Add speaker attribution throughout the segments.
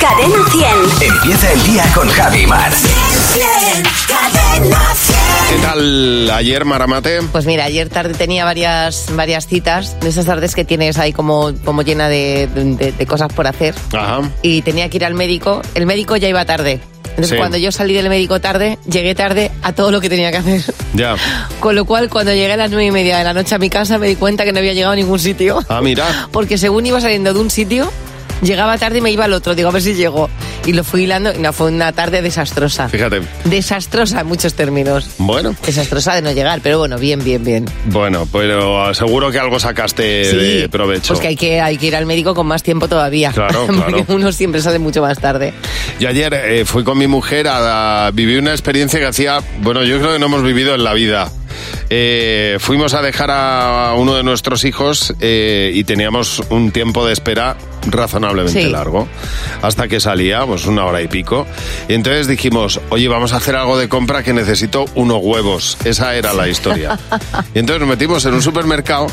Speaker 1: Cadena 100.
Speaker 2: Empieza el día con Javi Mar.
Speaker 1: Cadena 100.
Speaker 3: ¿Qué tal ayer, Maramate?
Speaker 4: Pues mira, ayer tarde tenía varias, varias citas, de esas tardes que tienes ahí como, como llena de, de- de cosas por hacer.
Speaker 3: Ajá.
Speaker 4: Y tenía que ir al médico. El médico ya iba tarde. Entonces
Speaker 3: Sí.
Speaker 4: cuando yo salí del médico tarde, llegué tarde a todo lo que tenía que hacer.
Speaker 3: Ya.
Speaker 4: Con lo cual, cuando llegué a las nueve y media de la noche a mi casa, me di cuenta que no había llegado a ningún sitio.
Speaker 3: Ah, mira.
Speaker 4: Porque según iba saliendo de un sitio, llegaba tarde y me iba al otro. Digo, a ver si llego. Y lo fui hilando. y No, fue una tarde desastrosa.
Speaker 3: Fíjate.
Speaker 4: Desastrosa en muchos términos.
Speaker 3: Bueno,
Speaker 4: Desastrosa de no llegar, pero bueno, bien, bien, bien.
Speaker 3: bueno, pero seguro que algo sacaste de provecho.
Speaker 4: Pues que hay, que hay que ir al médico con más tiempo todavía.
Speaker 3: Claro,
Speaker 4: Porque
Speaker 3: claro.
Speaker 4: uno siempre sale mucho más tarde.
Speaker 3: Yo ayer eh, fui con mi mujer a, a vivir una experiencia que hacía, bueno, yo creo que no hemos vivido en la vida. Eh, fuimos a dejar a uno de nuestros hijos eh, y teníamos un tiempo de espera razonablemente
Speaker 4: Sí.
Speaker 3: largo, hasta que salía, pues una hora y pico. Y entonces dijimos, oye, vamos a hacer algo de compra que necesito unos huevos. Esa era la historia. Y entonces nos metimos en un supermercado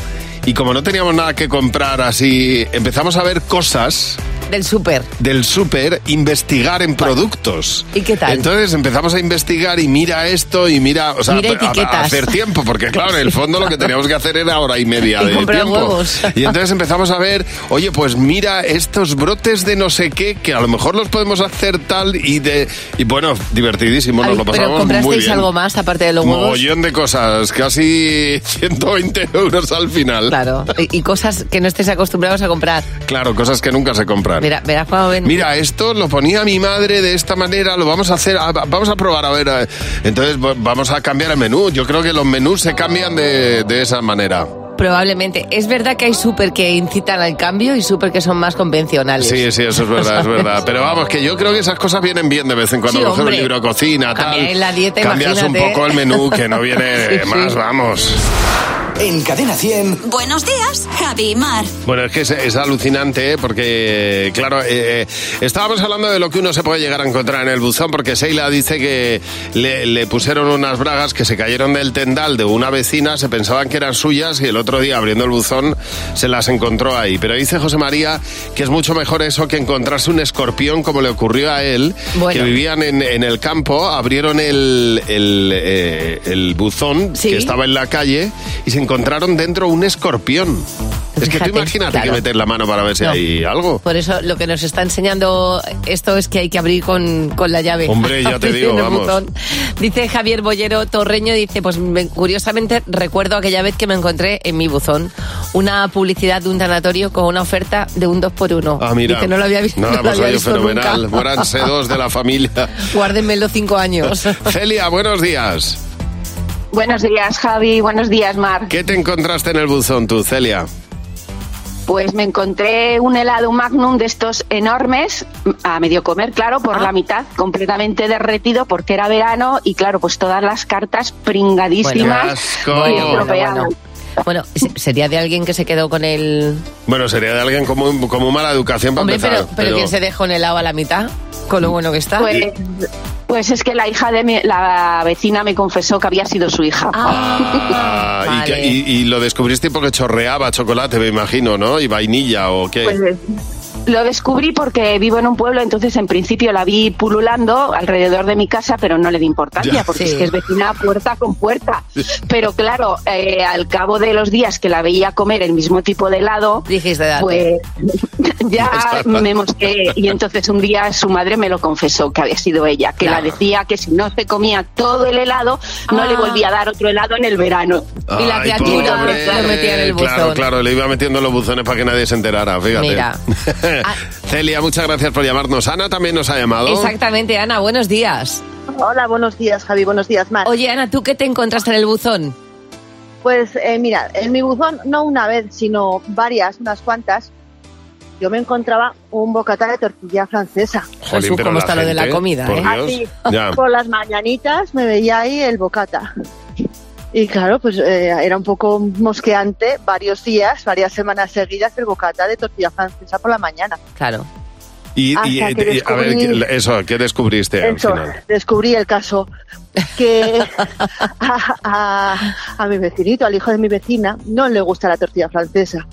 Speaker 3: y como no teníamos nada que comprar así, empezamos a ver cosas
Speaker 4: Del súper.
Speaker 3: del súper investigar en productos.
Speaker 4: ¿Y qué tal?
Speaker 3: Entonces empezamos a investigar y mira esto y mira, o sea,
Speaker 4: Mira
Speaker 3: a-
Speaker 4: etiquetas.
Speaker 3: a hacer tiempo, porque claro, en el fondo lo que teníamos que hacer era hora y media
Speaker 4: Y
Speaker 3: de
Speaker 4: comprar
Speaker 3: tiempo.
Speaker 4: huevos.
Speaker 3: Y entonces empezamos a ver, oye, pues mira estos brotes de no sé qué que a lo mejor los podemos hacer tal y de y bueno, divertidísimo, nos
Speaker 4: Ay,
Speaker 3: lo
Speaker 4: pero
Speaker 3: pasamos muy
Speaker 4: comprasteis
Speaker 3: bien.
Speaker 4: algo más aparte de los huevos.
Speaker 3: Mogollón de cosas, casi 120 euros al final.
Speaker 4: Claro. Y, y cosas que no estéis acostumbrados a comprar.
Speaker 3: Claro, cosas que nunca se compran.
Speaker 4: Verá- verás cuando ven.
Speaker 3: Mira, esto lo ponía mi madre de esta manera, lo vamos a hacer, a- vamos a probar, a ver. a- Entonces va- vamos a cambiar el menú. Yo creo que los menús se cambian de, de esa manera.
Speaker 4: Probablemente. Es verdad que hay súper que incitan al cambio y súper que son más convencionales.
Speaker 3: Sí, sí, eso es verdad, es verdad. Pero vamos, que yo creo que esas cosas vienen bien de vez en cuando.
Speaker 4: Sí,
Speaker 3: Coger un
Speaker 4: hombre.
Speaker 3: libro de cocina,
Speaker 4: Cambiáis
Speaker 3: tal.
Speaker 4: la dieta,
Speaker 3: cambias un
Speaker 4: imagínate.
Speaker 3: poco el menú, que no viene
Speaker 4: Sí, sí.
Speaker 3: más, vamos.
Speaker 2: En Cadena 100.
Speaker 1: Buenos días, Javi y Mar.
Speaker 3: Bueno, es que es, es alucinante, ¿eh? porque, claro, eh, eh, estábamos hablando de lo que uno se puede llegar a encontrar en el buzón, porque Seila dice que le, le pusieron unas bragas que se cayeron del tendal de una vecina, se pensaban que eran suyas y el otro día, abriendo el buzón, se las encontró ahí. Pero dice José María que es mucho mejor eso que encontrarse un escorpión como le ocurrió a él,
Speaker 4: Bueno.
Speaker 3: que vivían en, en el campo, abrieron el, el, eh, el buzón
Speaker 4: Sí.
Speaker 3: que estaba en la calle y se encontraron dentro un escorpión. Es que tú
Speaker 4: Fíjate,
Speaker 3: imagínate que
Speaker 4: claro.
Speaker 3: meter la mano para ver si
Speaker 4: No.
Speaker 3: hay algo.
Speaker 4: Por eso lo que nos está enseñando esto es que hay que abrir con, con la llave.
Speaker 3: Hombre, ya te digo,
Speaker 4: Abriendo el
Speaker 3: vamos.
Speaker 4: buzón. Dice Javier Bollero Torreño, dice, pues me- curiosamente recuerdo aquella vez que me encontré en mi buzón una publicidad de un tanatorio con una oferta de un 2x1.
Speaker 3: Ah, mira.
Speaker 4: Dice, no lo había visto, no
Speaker 3: Nada,
Speaker 4: lo
Speaker 3: pues
Speaker 4: había
Speaker 3: oye,
Speaker 4: visto
Speaker 3: fenomenal.
Speaker 4: nunca.
Speaker 3: Muéranse dos de la familia.
Speaker 4: Guárdenmelo cinco años.
Speaker 3: Celia, buenos días.
Speaker 5: Buenos días, Javi. Buenos días, Mar.
Speaker 3: ¿Qué te encontraste en el buzón tú, Celia?
Speaker 5: Pues me encontré un helado magnum de estos enormes, a medio comer, claro, por
Speaker 4: Ah.
Speaker 5: la mitad, completamente derretido porque era verano y, claro, pues todas las cartas pringadísimas
Speaker 3: Qué asco.
Speaker 5: y
Speaker 3: Bueno,
Speaker 5: estropeadas.
Speaker 4: Bueno, se- sería de alguien que se quedó con el...
Speaker 3: Bueno, sería de alguien como, como mala educación para
Speaker 4: Hombre,
Speaker 3: empezar.
Speaker 4: pero, pero, ¿quién se dejó en el helado a la mitad? Con lo bueno que está.
Speaker 5: Pues, pues es que la hija de mi- la vecina me confesó que había sido su hija.
Speaker 3: Ah, y que-
Speaker 4: Vale.
Speaker 3: y, y lo descubriste porque chorreaba chocolate, me imagino, ¿no? Y vainilla o qué.
Speaker 5: Pues, lo descubrí porque vivo en un pueblo, entonces en principio la vi pululando alrededor de mi casa, pero no le di importancia,
Speaker 3: Ya.
Speaker 5: porque
Speaker 4: Sí.
Speaker 5: es que es vecina puerta con puerta. Pero claro, eh, al cabo de los días que la veía comer el mismo tipo de helado,
Speaker 4: Dijiste, date.
Speaker 5: pues ya
Speaker 3: Está mal.
Speaker 5: me mosqué. Y entonces un día su madre me lo confesó que había sido ella, que
Speaker 4: Claro.
Speaker 5: la decía que si no se comía todo el helado, no
Speaker 4: Ah.
Speaker 5: le volvía a dar otro helado en el verano.
Speaker 4: Y la
Speaker 3: Ay,
Speaker 4: criatura
Speaker 3: pobre.
Speaker 4: lo metía en el
Speaker 3: Claro,
Speaker 4: buzón.
Speaker 3: claro, le iba metiendo en los buzones para que nadie se enterara, fíjate.
Speaker 4: Mira. Ah.
Speaker 3: Celia, muchas gracias por llamarnos. Ana también nos ha llamado.
Speaker 4: Exactamente, Ana, buenos días.
Speaker 6: Hola, buenos días, Javi. Buenos días, Mar.
Speaker 4: Oye, Ana, ¿tú qué te encontraste en el buzón?
Speaker 6: Pues eh, mira, en mi buzón, no una vez, sino varias, unas cuantas, yo me encontraba un bocata de tortilla francesa.
Speaker 3: Jolín,
Speaker 4: Jesús,
Speaker 3: pero
Speaker 4: cómo está lo de la
Speaker 3: gente,
Speaker 4: comida,
Speaker 3: por
Speaker 4: ¿eh?
Speaker 3: Dios.
Speaker 6: Así,
Speaker 3: Ya.
Speaker 6: por las mañanitas me veía ahí el bocata. Y claro, pues eh, era un poco mosqueante varios días, varias semanas seguidas el bocata de tortilla francesa por la mañana.
Speaker 4: Claro.
Speaker 3: Y, y-
Speaker 6: Hasta que
Speaker 3: y- a ver,
Speaker 6: descubrí-
Speaker 3: ¿qué- eso, ¿qué descubriste
Speaker 6: Eso,
Speaker 3: al final?
Speaker 6: descubrí el caso que a, a- a mi vecinito, al hijo de mi vecina, no le gusta la tortilla francesa.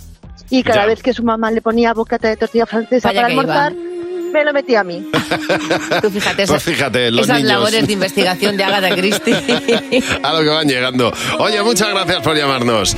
Speaker 6: Y cada
Speaker 3: Ya.
Speaker 6: vez que su mamá le ponía bocata de tortilla francesa
Speaker 4: Vaya
Speaker 6: para
Speaker 4: que iba.
Speaker 6: almorzar,
Speaker 7: me lo metí a mí.
Speaker 4: Tú fíjate,
Speaker 3: Pues fíjate, los
Speaker 4: esas
Speaker 3: niños.
Speaker 4: labores de investigación de Agatha Christie.
Speaker 3: A lo que van llegando. Oye, muchas gracias por llamarnos.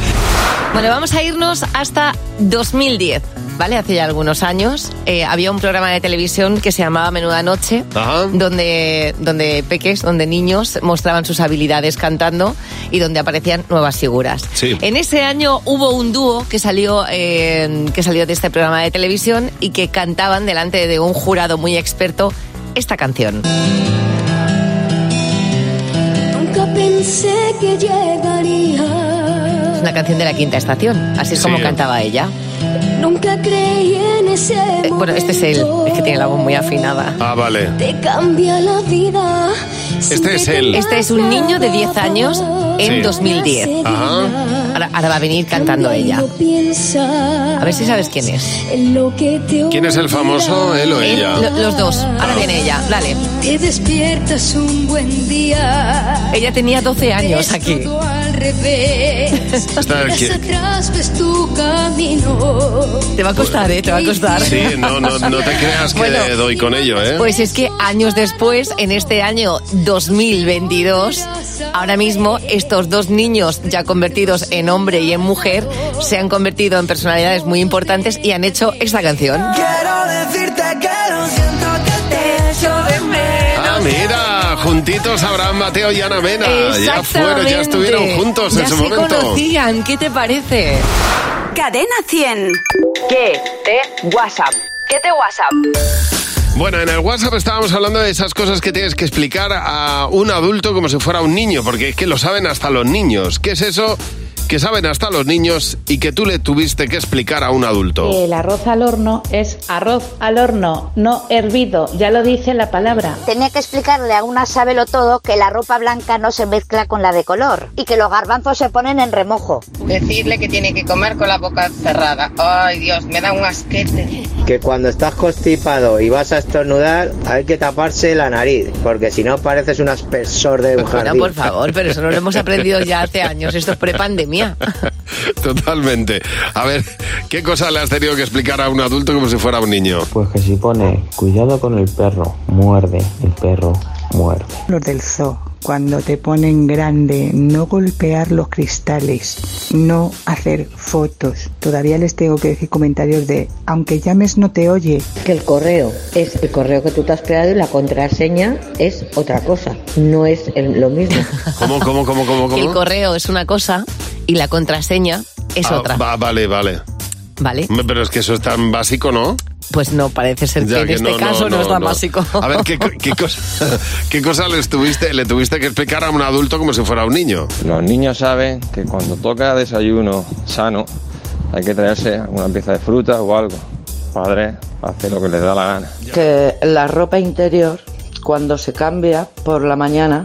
Speaker 4: Bueno, vamos a irnos hasta 2010, ¿vale? Hace ya algunos años eh, había un programa de televisión que se llamaba Menuda Noche, donde, donde peques, donde niños mostraban sus habilidades cantando y donde aparecían nuevas figuras.
Speaker 8: Sí.
Speaker 4: En ese año hubo un dúo que salió, eh, que salió de este programa de televisión y que cantaban delante de un jurado muy experto esta canción.
Speaker 9: Nunca pensé que llegaría.
Speaker 4: Es una canción de la quinta estación, así es como cantaba ella.
Speaker 9: Nunca creí en ese
Speaker 4: Eh, bueno, este es él, es que tiene la voz muy afinada.
Speaker 3: Ah, vale.
Speaker 9: Te cambia la vida.
Speaker 3: Este es él.
Speaker 4: Este es un niño de 10 años en
Speaker 3: Sí.
Speaker 4: 2010.
Speaker 3: Ajá.
Speaker 4: Ahora, ahora va a venir cantando ella. A ver si sabes quién es.
Speaker 3: ¿Quién es el famoso? Él o
Speaker 4: Él,
Speaker 3: ella.
Speaker 4: lo- los dos. Ahora viene ella. Dale.
Speaker 9: Te despiertas un buen día.
Speaker 4: Ella tenía 12 años aquí.
Speaker 9: Todo al revés.
Speaker 3: Está
Speaker 9: Miras
Speaker 3: aquí.
Speaker 9: atrás, ves tu camino.
Speaker 4: Te va a costar, ¿eh? Te va a costar.
Speaker 3: Sí, no, no, no te creas que
Speaker 4: Bueno,
Speaker 3: doy con ello, ¿eh?
Speaker 4: Pues es que años después, en este año 2022, ahora mismo estos dos niños ya convertidos en hombre y en mujer se han convertido en personalidades muy importantes y han hecho esta canción.
Speaker 10: Quiero decirte que lo siento que te echo de menos.
Speaker 3: Ah, mira, juntitos Abraham Mateo y Ana Mena. Ya fueron, ya estuvieron juntos
Speaker 4: ya
Speaker 3: en su
Speaker 4: se
Speaker 3: momento.
Speaker 4: conocían, ¿qué te parece?
Speaker 11: Cadena 100.
Speaker 12: ¿Qué te WhatsApp? ¿Qué te WhatsApp?
Speaker 3: Bueno, en el WhatsApp estábamos hablando de esas cosas que tienes que explicar a un adulto como si fuera un niño, porque es que lo saben hasta los niños. ¿Qué es eso que saben hasta los niños y que tú le tuviste que explicar a un
Speaker 4: Oh.
Speaker 3: adulto?
Speaker 13: El arroz al horno es arroz al horno, no hervido, ya lo dice la palabra.
Speaker 14: Tenía que explicarle a una sábelo todo que la ropa blanca no se mezcla con la de color y que los garbanzos se ponen en remojo.
Speaker 15: Decirle que tiene que comer con la boca cerrada. Ay, Dios, me da un asquete.
Speaker 16: Que cuando estás constipado y vas a estornudar, hay que taparse la nariz, porque si no pareces un aspersor de un
Speaker 4: Bueno,
Speaker 16: jardín.
Speaker 4: por favor, pero eso no lo hemos aprendido ya hace años, esto es prepandemia.
Speaker 3: Totalmente. A ver, ¿qué cosa le has tenido que explicar a un adulto como si fuera un niño?
Speaker 17: Pues que si pone cuidado con el perro, muerde, el perro muerde.
Speaker 18: Los del zoo, cuando te ponen grande, no golpear los cristales, no hacer fotos. Todavía les tengo que decir comentarios de, aunque llames no te oye.
Speaker 19: Que el correo es el correo que tú te has creado y la contraseña es otra cosa, no es el- lo mismo.
Speaker 3: ¿Cómo, cómo, cómo, cómo,
Speaker 4: Que
Speaker 3: cómo?
Speaker 4: el correo es una cosa y la contraseña es
Speaker 3: Ah,
Speaker 4: otra.
Speaker 3: va- vale, vale.
Speaker 4: Vale.
Speaker 3: Hombre, Pero es que eso es tan básico, ¿no?
Speaker 4: Pues no, parece ser
Speaker 3: Ya
Speaker 4: que en este
Speaker 3: no, no,
Speaker 4: caso no, es tan
Speaker 3: no.
Speaker 4: básico.
Speaker 3: A ver, ¿qué, co- qué cosa, qué cosa le, estuviste, le tuviste que explicar a un adulto como si fuera un niño?
Speaker 20: Los niños saben que cuando toca desayuno sano hay que traerse una pieza de fruta o algo. Padre, hace lo que les da la gana.
Speaker 19: Que la ropa interior, cuando se cambia por la mañana,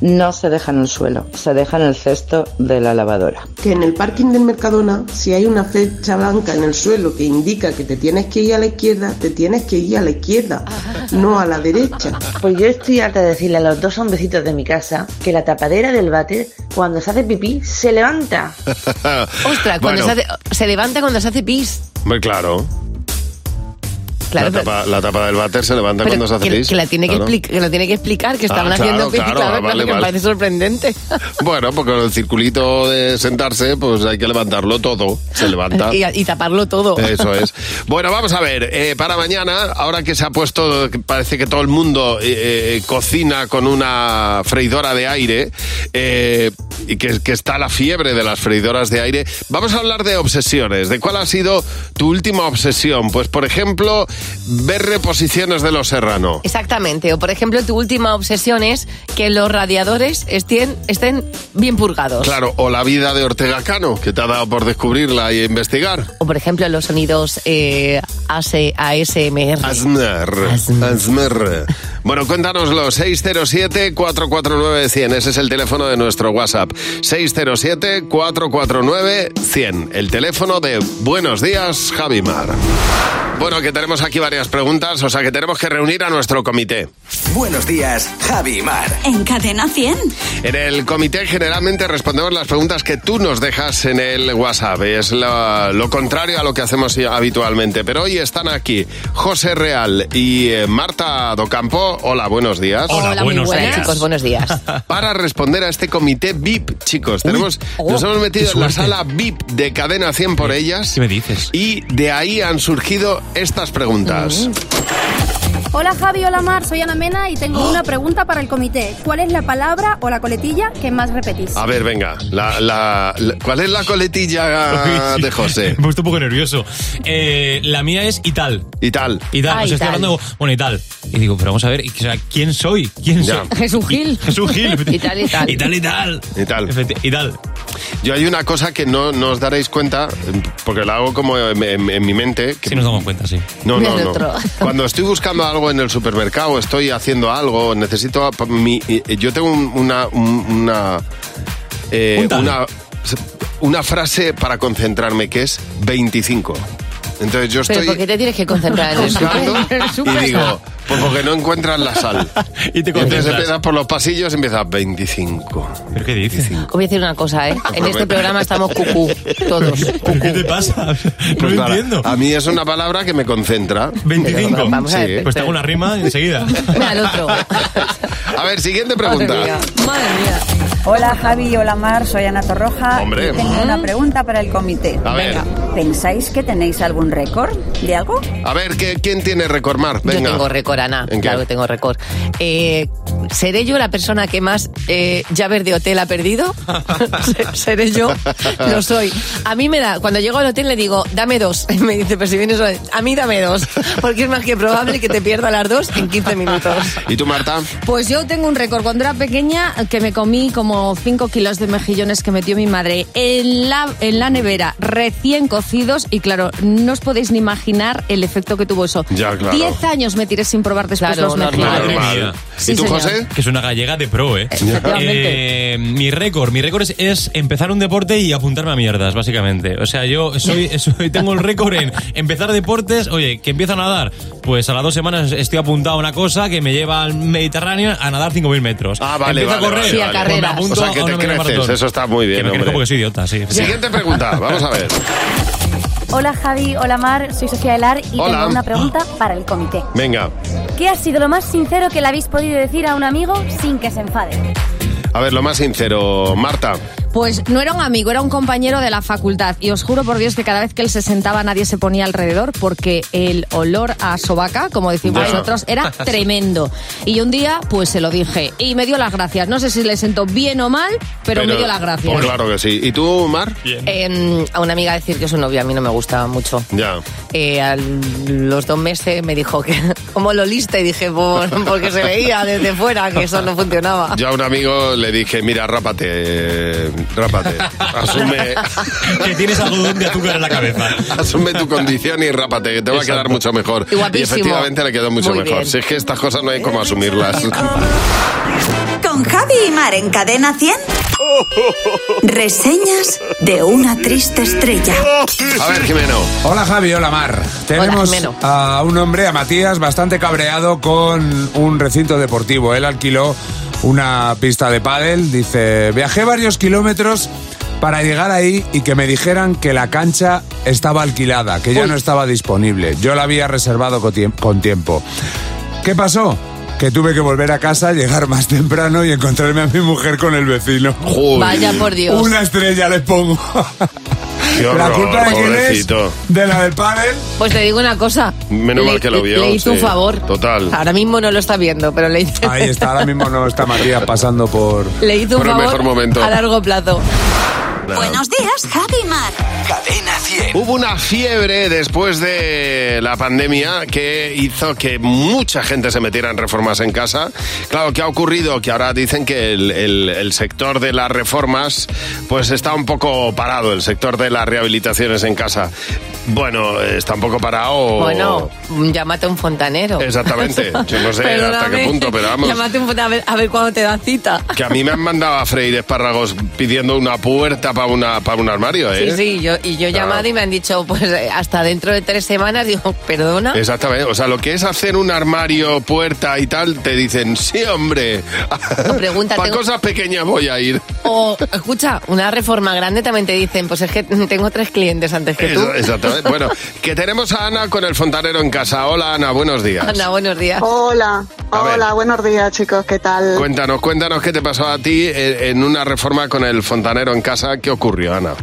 Speaker 19: no se deja en el suelo, se deja en el cesto de la lavadora.
Speaker 21: que en el parking del Mercadona, si hay una flecha blanca en el suelo que indica que te tienes que ir a la izquierda, te tienes que ir a la izquierda, no a la derecha.
Speaker 19: Pues yo estoy harta de decirle a los dos hombecitos de mi casa que la tapadera del váter, cuando se hace pipí, se levanta.
Speaker 4: Ostras, cuando se, hace- se levanta cuando se hace pis.
Speaker 3: Hombre, claro.
Speaker 4: Claro,
Speaker 3: la,
Speaker 4: pero-
Speaker 3: tapa, la tapa del váter se levanta
Speaker 4: Pero
Speaker 3: cuando se hace
Speaker 4: que,
Speaker 3: pis.
Speaker 4: que la tiene que,
Speaker 3: Claro.
Speaker 4: expli- que lo tiene que explicar, que
Speaker 3: Ah,
Speaker 4: estaban
Speaker 3: claro,
Speaker 4: haciendo pis,
Speaker 3: claro,
Speaker 4: claro,
Speaker 3: ah,
Speaker 4: claro,
Speaker 3: vale,
Speaker 4: que me
Speaker 3: vale.
Speaker 4: parece sorprendente.
Speaker 3: Bueno, porque el circulito de sentarse, pues hay que levantarlo todo. Se levanta.
Speaker 4: Y, y taparlo todo.
Speaker 3: Eso es. Bueno, vamos a ver, eh, para mañana, ahora que se ha puesto, que parece que todo el mundo eh, eh, cocina con una freidora de aire, eh, y que, que está la fiebre de las freidoras de aire, vamos a hablar de obsesiones, de cuál ha sido tu última obsesión. Pues, por ejemplo, ver reposiciones de Los Serrano.
Speaker 4: Exactamente. O por ejemplo, tu última obsesión es que los radiadores estén, estén bien purgados.
Speaker 3: Claro, o la vida de Ortega Cano, que te ha dado por descubrirla e investigar.
Speaker 4: O por ejemplo, los sonidos eh, AC ASMR.
Speaker 3: Asmer. Asmer. Bueno, cuéntanoslo. 607-449-100. Ese es el teléfono de nuestro WhatsApp. 607-449-100. El teléfono de Buenos Días, Javimar. Bueno, que tenemos aquí varias preguntas, o sea que tenemos que reunir a nuestro comité.
Speaker 2: Buenos días, Javi Mar.
Speaker 1: En Cadena 100.
Speaker 3: En el comité generalmente respondemos las preguntas que tú nos dejas en el WhatsApp. Es lo, lo contrario a lo que hacemos habitualmente. Pero hoy están aquí José Real y eh, Marta Docampo. Hola, buenos días.
Speaker 4: muy buenas, chicos, buenos días.
Speaker 3: Para responder a este comité VIP, chicos, tenemos, nos hemos metido
Speaker 20: Oh. qué
Speaker 3: en la
Speaker 20: suerte.
Speaker 3: sala VIP de Cadena 100 por ellas.
Speaker 20: ¿Qué me dices?
Speaker 3: Y de ahí han surgido estas
Speaker 20: Mm.
Speaker 3: preguntas.
Speaker 22: Hola Javi, hola Mar, soy Ana Mena y tengo
Speaker 3: ¡Ah!
Speaker 22: una pregunta para el comité. ¿Cuál es la palabra o la coletilla que más repetís?
Speaker 3: A ver, venga, la, la- la- ¿cuál es la coletilla Ah, de José?
Speaker 20: Me he puesto un poco nervioso. Eh, la mía es y tal.
Speaker 3: Y tal.
Speaker 20: Y tal.
Speaker 4: Ah,
Speaker 20: o
Speaker 4: y
Speaker 20: sea, estoy
Speaker 4: tal.
Speaker 20: hablando, bueno, y tal. Y digo, pero vamos a ver, y- o sea, ¿quién soy? ¿Quién
Speaker 23: אוקיי,
Speaker 3: Ya.
Speaker 20: soy?
Speaker 4: Es un Gil.
Speaker 20: Es un Gil.
Speaker 4: Y tal, y tal.
Speaker 20: Y tal, y tal.
Speaker 3: Y tal.
Speaker 20: Efecti- Y tal.
Speaker 3: Yo hay una cosa que no, no os daréis cuenta, porque la hago como en, en- en mi mente. Que
Speaker 20: Sí nos damos cuenta, sí.
Speaker 3: No, no,
Speaker 20: Del
Speaker 3: no.
Speaker 20: otro.
Speaker 3: Cuando estoy buscando algo en el supermercado, estoy haciendo algo, necesito... a- mi- eh, yo tengo un- una... un- una, eh,
Speaker 20: Un tal.
Speaker 3: una, una frase para concentrarme que es 25. Entonces yo
Speaker 4: Pero ¿por
Speaker 3: estoy...
Speaker 4: qué Ah. te tienes que concentrar en el
Speaker 3: Buscando Y digo, pues porque no encuentras la sal.
Speaker 20: y te
Speaker 3: Entonces
Speaker 20: concentras.
Speaker 3: empiezas por los pasillos y empiezas 25.
Speaker 20: ¿Pero qué dices?
Speaker 4: Os voy a decir una cosa, ¿eh? En este programa estamos cucú, todos.
Speaker 20: ¿Qué te pasa?
Speaker 3: Pues nada, A mí es una palabra que me concentra.
Speaker 20: 25.
Speaker 4: Vamos a ver,
Speaker 20: Pues te hago una rima enseguida.
Speaker 4: Mira al otro.
Speaker 3: A ver, siguiente pregunta.
Speaker 24: Hola Javi, hola Mar, soy Ana Torroja.
Speaker 3: Hombre.
Speaker 24: Y Tengo una pregunta para el comité.
Speaker 3: A ver.
Speaker 24: ¿Pensáis que tenéis algún récord de algo?
Speaker 3: A ver, ¿qué- ¿quién tiene récord, Mar? Venga.
Speaker 4: Yo tengo récord, Ana.
Speaker 3: ¿En qué?
Speaker 4: Claro que tengo récord. Eh, ¿Seré yo la persona que más eh, llaves de hotel ha perdido? Se- ¿Seré yo?
Speaker 16: Ah.
Speaker 4: Lo soy. A mí me da, cuando llego al hotel le digo, dame dos. Y me dice, pero si vienes hoy, a mí dame dos. Porque es más que probable que te pierda las dos en 15 minutos.
Speaker 3: ¿Y tú, Marta?
Speaker 25: Pues yo tengo un récord. Cuando era pequeña, que me comí como 5 kilos de mejillones que metió mi madre en la, en la nevera, recién cocidos. Y claro, no os podéis ni imaginar el efecto que tuvo eso.
Speaker 3: Ya, claro.
Speaker 25: 10 años me tiré sin probar después
Speaker 4: Claro,
Speaker 25: los
Speaker 4: normal.
Speaker 25: mejillones.
Speaker 3: Madre
Speaker 20: Madre
Speaker 3: mía.
Speaker 20: mía.
Speaker 25: Sí,
Speaker 3: ¿Y tú,
Speaker 25: señor.
Speaker 3: José?
Speaker 20: Que es una gallega de pro, ¿eh?
Speaker 25: Efectivamente.
Speaker 20: Eh, mi récord, mi récord es, es empezar un deporte y apuntarme a mierdas, básicamente. O sea, yo soy, soy- tengo el récord en empezar deportes, oye, que empiezo a nadar, pues a las dos semanas estoy apuntado a una cosa que me lleva al Mediterráneo a nadar 5.000 metros.
Speaker 3: Ah, vale,
Speaker 20: Empiezo
Speaker 3: vale,
Speaker 20: a correr,
Speaker 3: vale,
Speaker 4: Sí, a
Speaker 20: pues me
Speaker 4: carreras.
Speaker 20: apunto
Speaker 3: O sea,
Speaker 20: a
Speaker 3: que
Speaker 20: una
Speaker 3: te
Speaker 20: media
Speaker 3: creces,
Speaker 20: maratón.
Speaker 3: eso está muy
Speaker 20: Que
Speaker 3: bien,
Speaker 20: me crezco
Speaker 3: hombre.
Speaker 20: porque soy idiota, sí.
Speaker 3: Siguiente pregunta, vamos a ver.
Speaker 22: Hola Javi, hola Mar, soy Sofía Elar y
Speaker 3: Hola.
Speaker 22: tengo una pregunta para el comité.
Speaker 3: Venga.
Speaker 22: ¿Qué ha sido lo más sincero que le habéis podido decir a un amigo sin que se enfade?
Speaker 3: A ver, lo más sincero, Marta.
Speaker 25: Pues no era un amigo, era un compañero de la facultad. Y os juro por Dios que cada vez que él se sentaba nadie se ponía alrededor porque el olor a sobaca, como decimos
Speaker 3: Ya.
Speaker 25: nosotros, era tremendo. Y yo un día pues se lo dije y me dio las gracias. No sé si le sentó bien o mal, pero, me dio las gracias.
Speaker 3: Pues claro que sí. ¿Y tú, Mar?
Speaker 4: Eh, a una amiga decir que es un novio a mí no me gustaba mucho.
Speaker 3: Ya.
Speaker 4: Eh, a los dos meses me dijo que cómo lo lista y dije "Por- porque se veía desde fuera que eso no funcionaba.
Speaker 3: Yo a un amigo le dije, mira, rápate, eh, rápate. Asume,
Speaker 20: Que tienes algodón de azúcar en la cabeza.
Speaker 3: asume tu condición y rápate, que te va a quedar
Speaker 20: Exacto.
Speaker 3: mucho mejor.
Speaker 4: Y guapísimo.
Speaker 3: efectivamente le quedó mucho
Speaker 4: Muy
Speaker 3: mejor.
Speaker 4: bien.
Speaker 3: Si es que estas cosas no hay como asumirlas.
Speaker 1: Con Javi y Mar en Cadena 100. Reseñas de una triste estrella.
Speaker 3: A ver, Jimeno.
Speaker 23: Hola Javi, hola Mar. Tenemos
Speaker 1: Jimeno.
Speaker 23: a un hombre, a Matías, bastante cabreado con un recinto deportivo. Él alquiló una pista de pádel, dice, viajé varios kilómetros para llegar ahí y que me dijeran que la cancha estaba alquilada, que ya no estaba disponible. Yo la había reservado con tiemp- con tiempo. ¿Qué pasó? Que tuve que volver a casa, llegar más temprano y encontrarme a mi mujer con el vecino.
Speaker 4: Vaya por Dios.
Speaker 23: Una estrella le pongo.
Speaker 3: Qué
Speaker 23: la
Speaker 3: horror,
Speaker 23: culpa de quién es?
Speaker 3: pobrecito.
Speaker 23: De la del pádel.
Speaker 4: Pues te digo una cosa.
Speaker 3: Menos
Speaker 4: Le-
Speaker 3: mal que lo vio.
Speaker 4: Le hizo un
Speaker 3: sí.
Speaker 4: favor.
Speaker 3: Total.
Speaker 4: Ahora mismo no lo está viendo, pero le hice,
Speaker 23: Ahí está, ahora mismo no está Matías pasando por...
Speaker 4: le hizo un
Speaker 23: Por el
Speaker 4: favor
Speaker 23: mejor momento.
Speaker 4: a largo plazo.
Speaker 1: Buenos días, Javi y Mar.
Speaker 2: Cadena 100.
Speaker 3: Hubo una fiebre después de la pandemia que hizo que mucha gente se metiera en reformas en casa. Claro, ¿qué ha ocurrido? Que ahora dicen que el, el- el sector de las reformas pues está un poco parado, el sector de las rehabilitaciones en casa. Bueno, está un poco parado.
Speaker 4: Bueno, llámate a un fontanero.
Speaker 3: Exactamente. Yo no sé hasta
Speaker 4: Perdóname.
Speaker 3: qué punto, pero vamos.
Speaker 4: Llámate a un fontanero a ver, a ver cuándo te da cita.
Speaker 3: Que a mí me han mandado a freír espárragos pidiendo una puerta para una para un armario, ¿eh?
Speaker 4: Sí, sí, yo, y yo he
Speaker 3: Claro.
Speaker 4: llamado y me han dicho, pues eh, hasta dentro de tres semanas, digo, perdona.
Speaker 3: Exactamente, o sea, lo que es hacer un armario, puerta y tal, te dicen, sí, hombre,
Speaker 4: pregunta,
Speaker 3: para
Speaker 4: tengo-
Speaker 3: cosas pequeñas voy a ir.
Speaker 4: O, escucha, una reforma grande también te dicen, pues es que tengo tres clientes antes que tú.
Speaker 3: Eso- Exactamente, bueno, que tenemos a Ana con el fontanero en casa. Hola, Ana, buenos días.
Speaker 4: Ana, buenos días.
Speaker 6: Hola,
Speaker 3: A ver.
Speaker 6: hola, buenos días chicos, ¿qué tal?
Speaker 3: Cuéntanos, cuéntanos qué te pasó a ti eh, en una reforma con el fontanero en casa. ¿Qué ocurrió, Ana?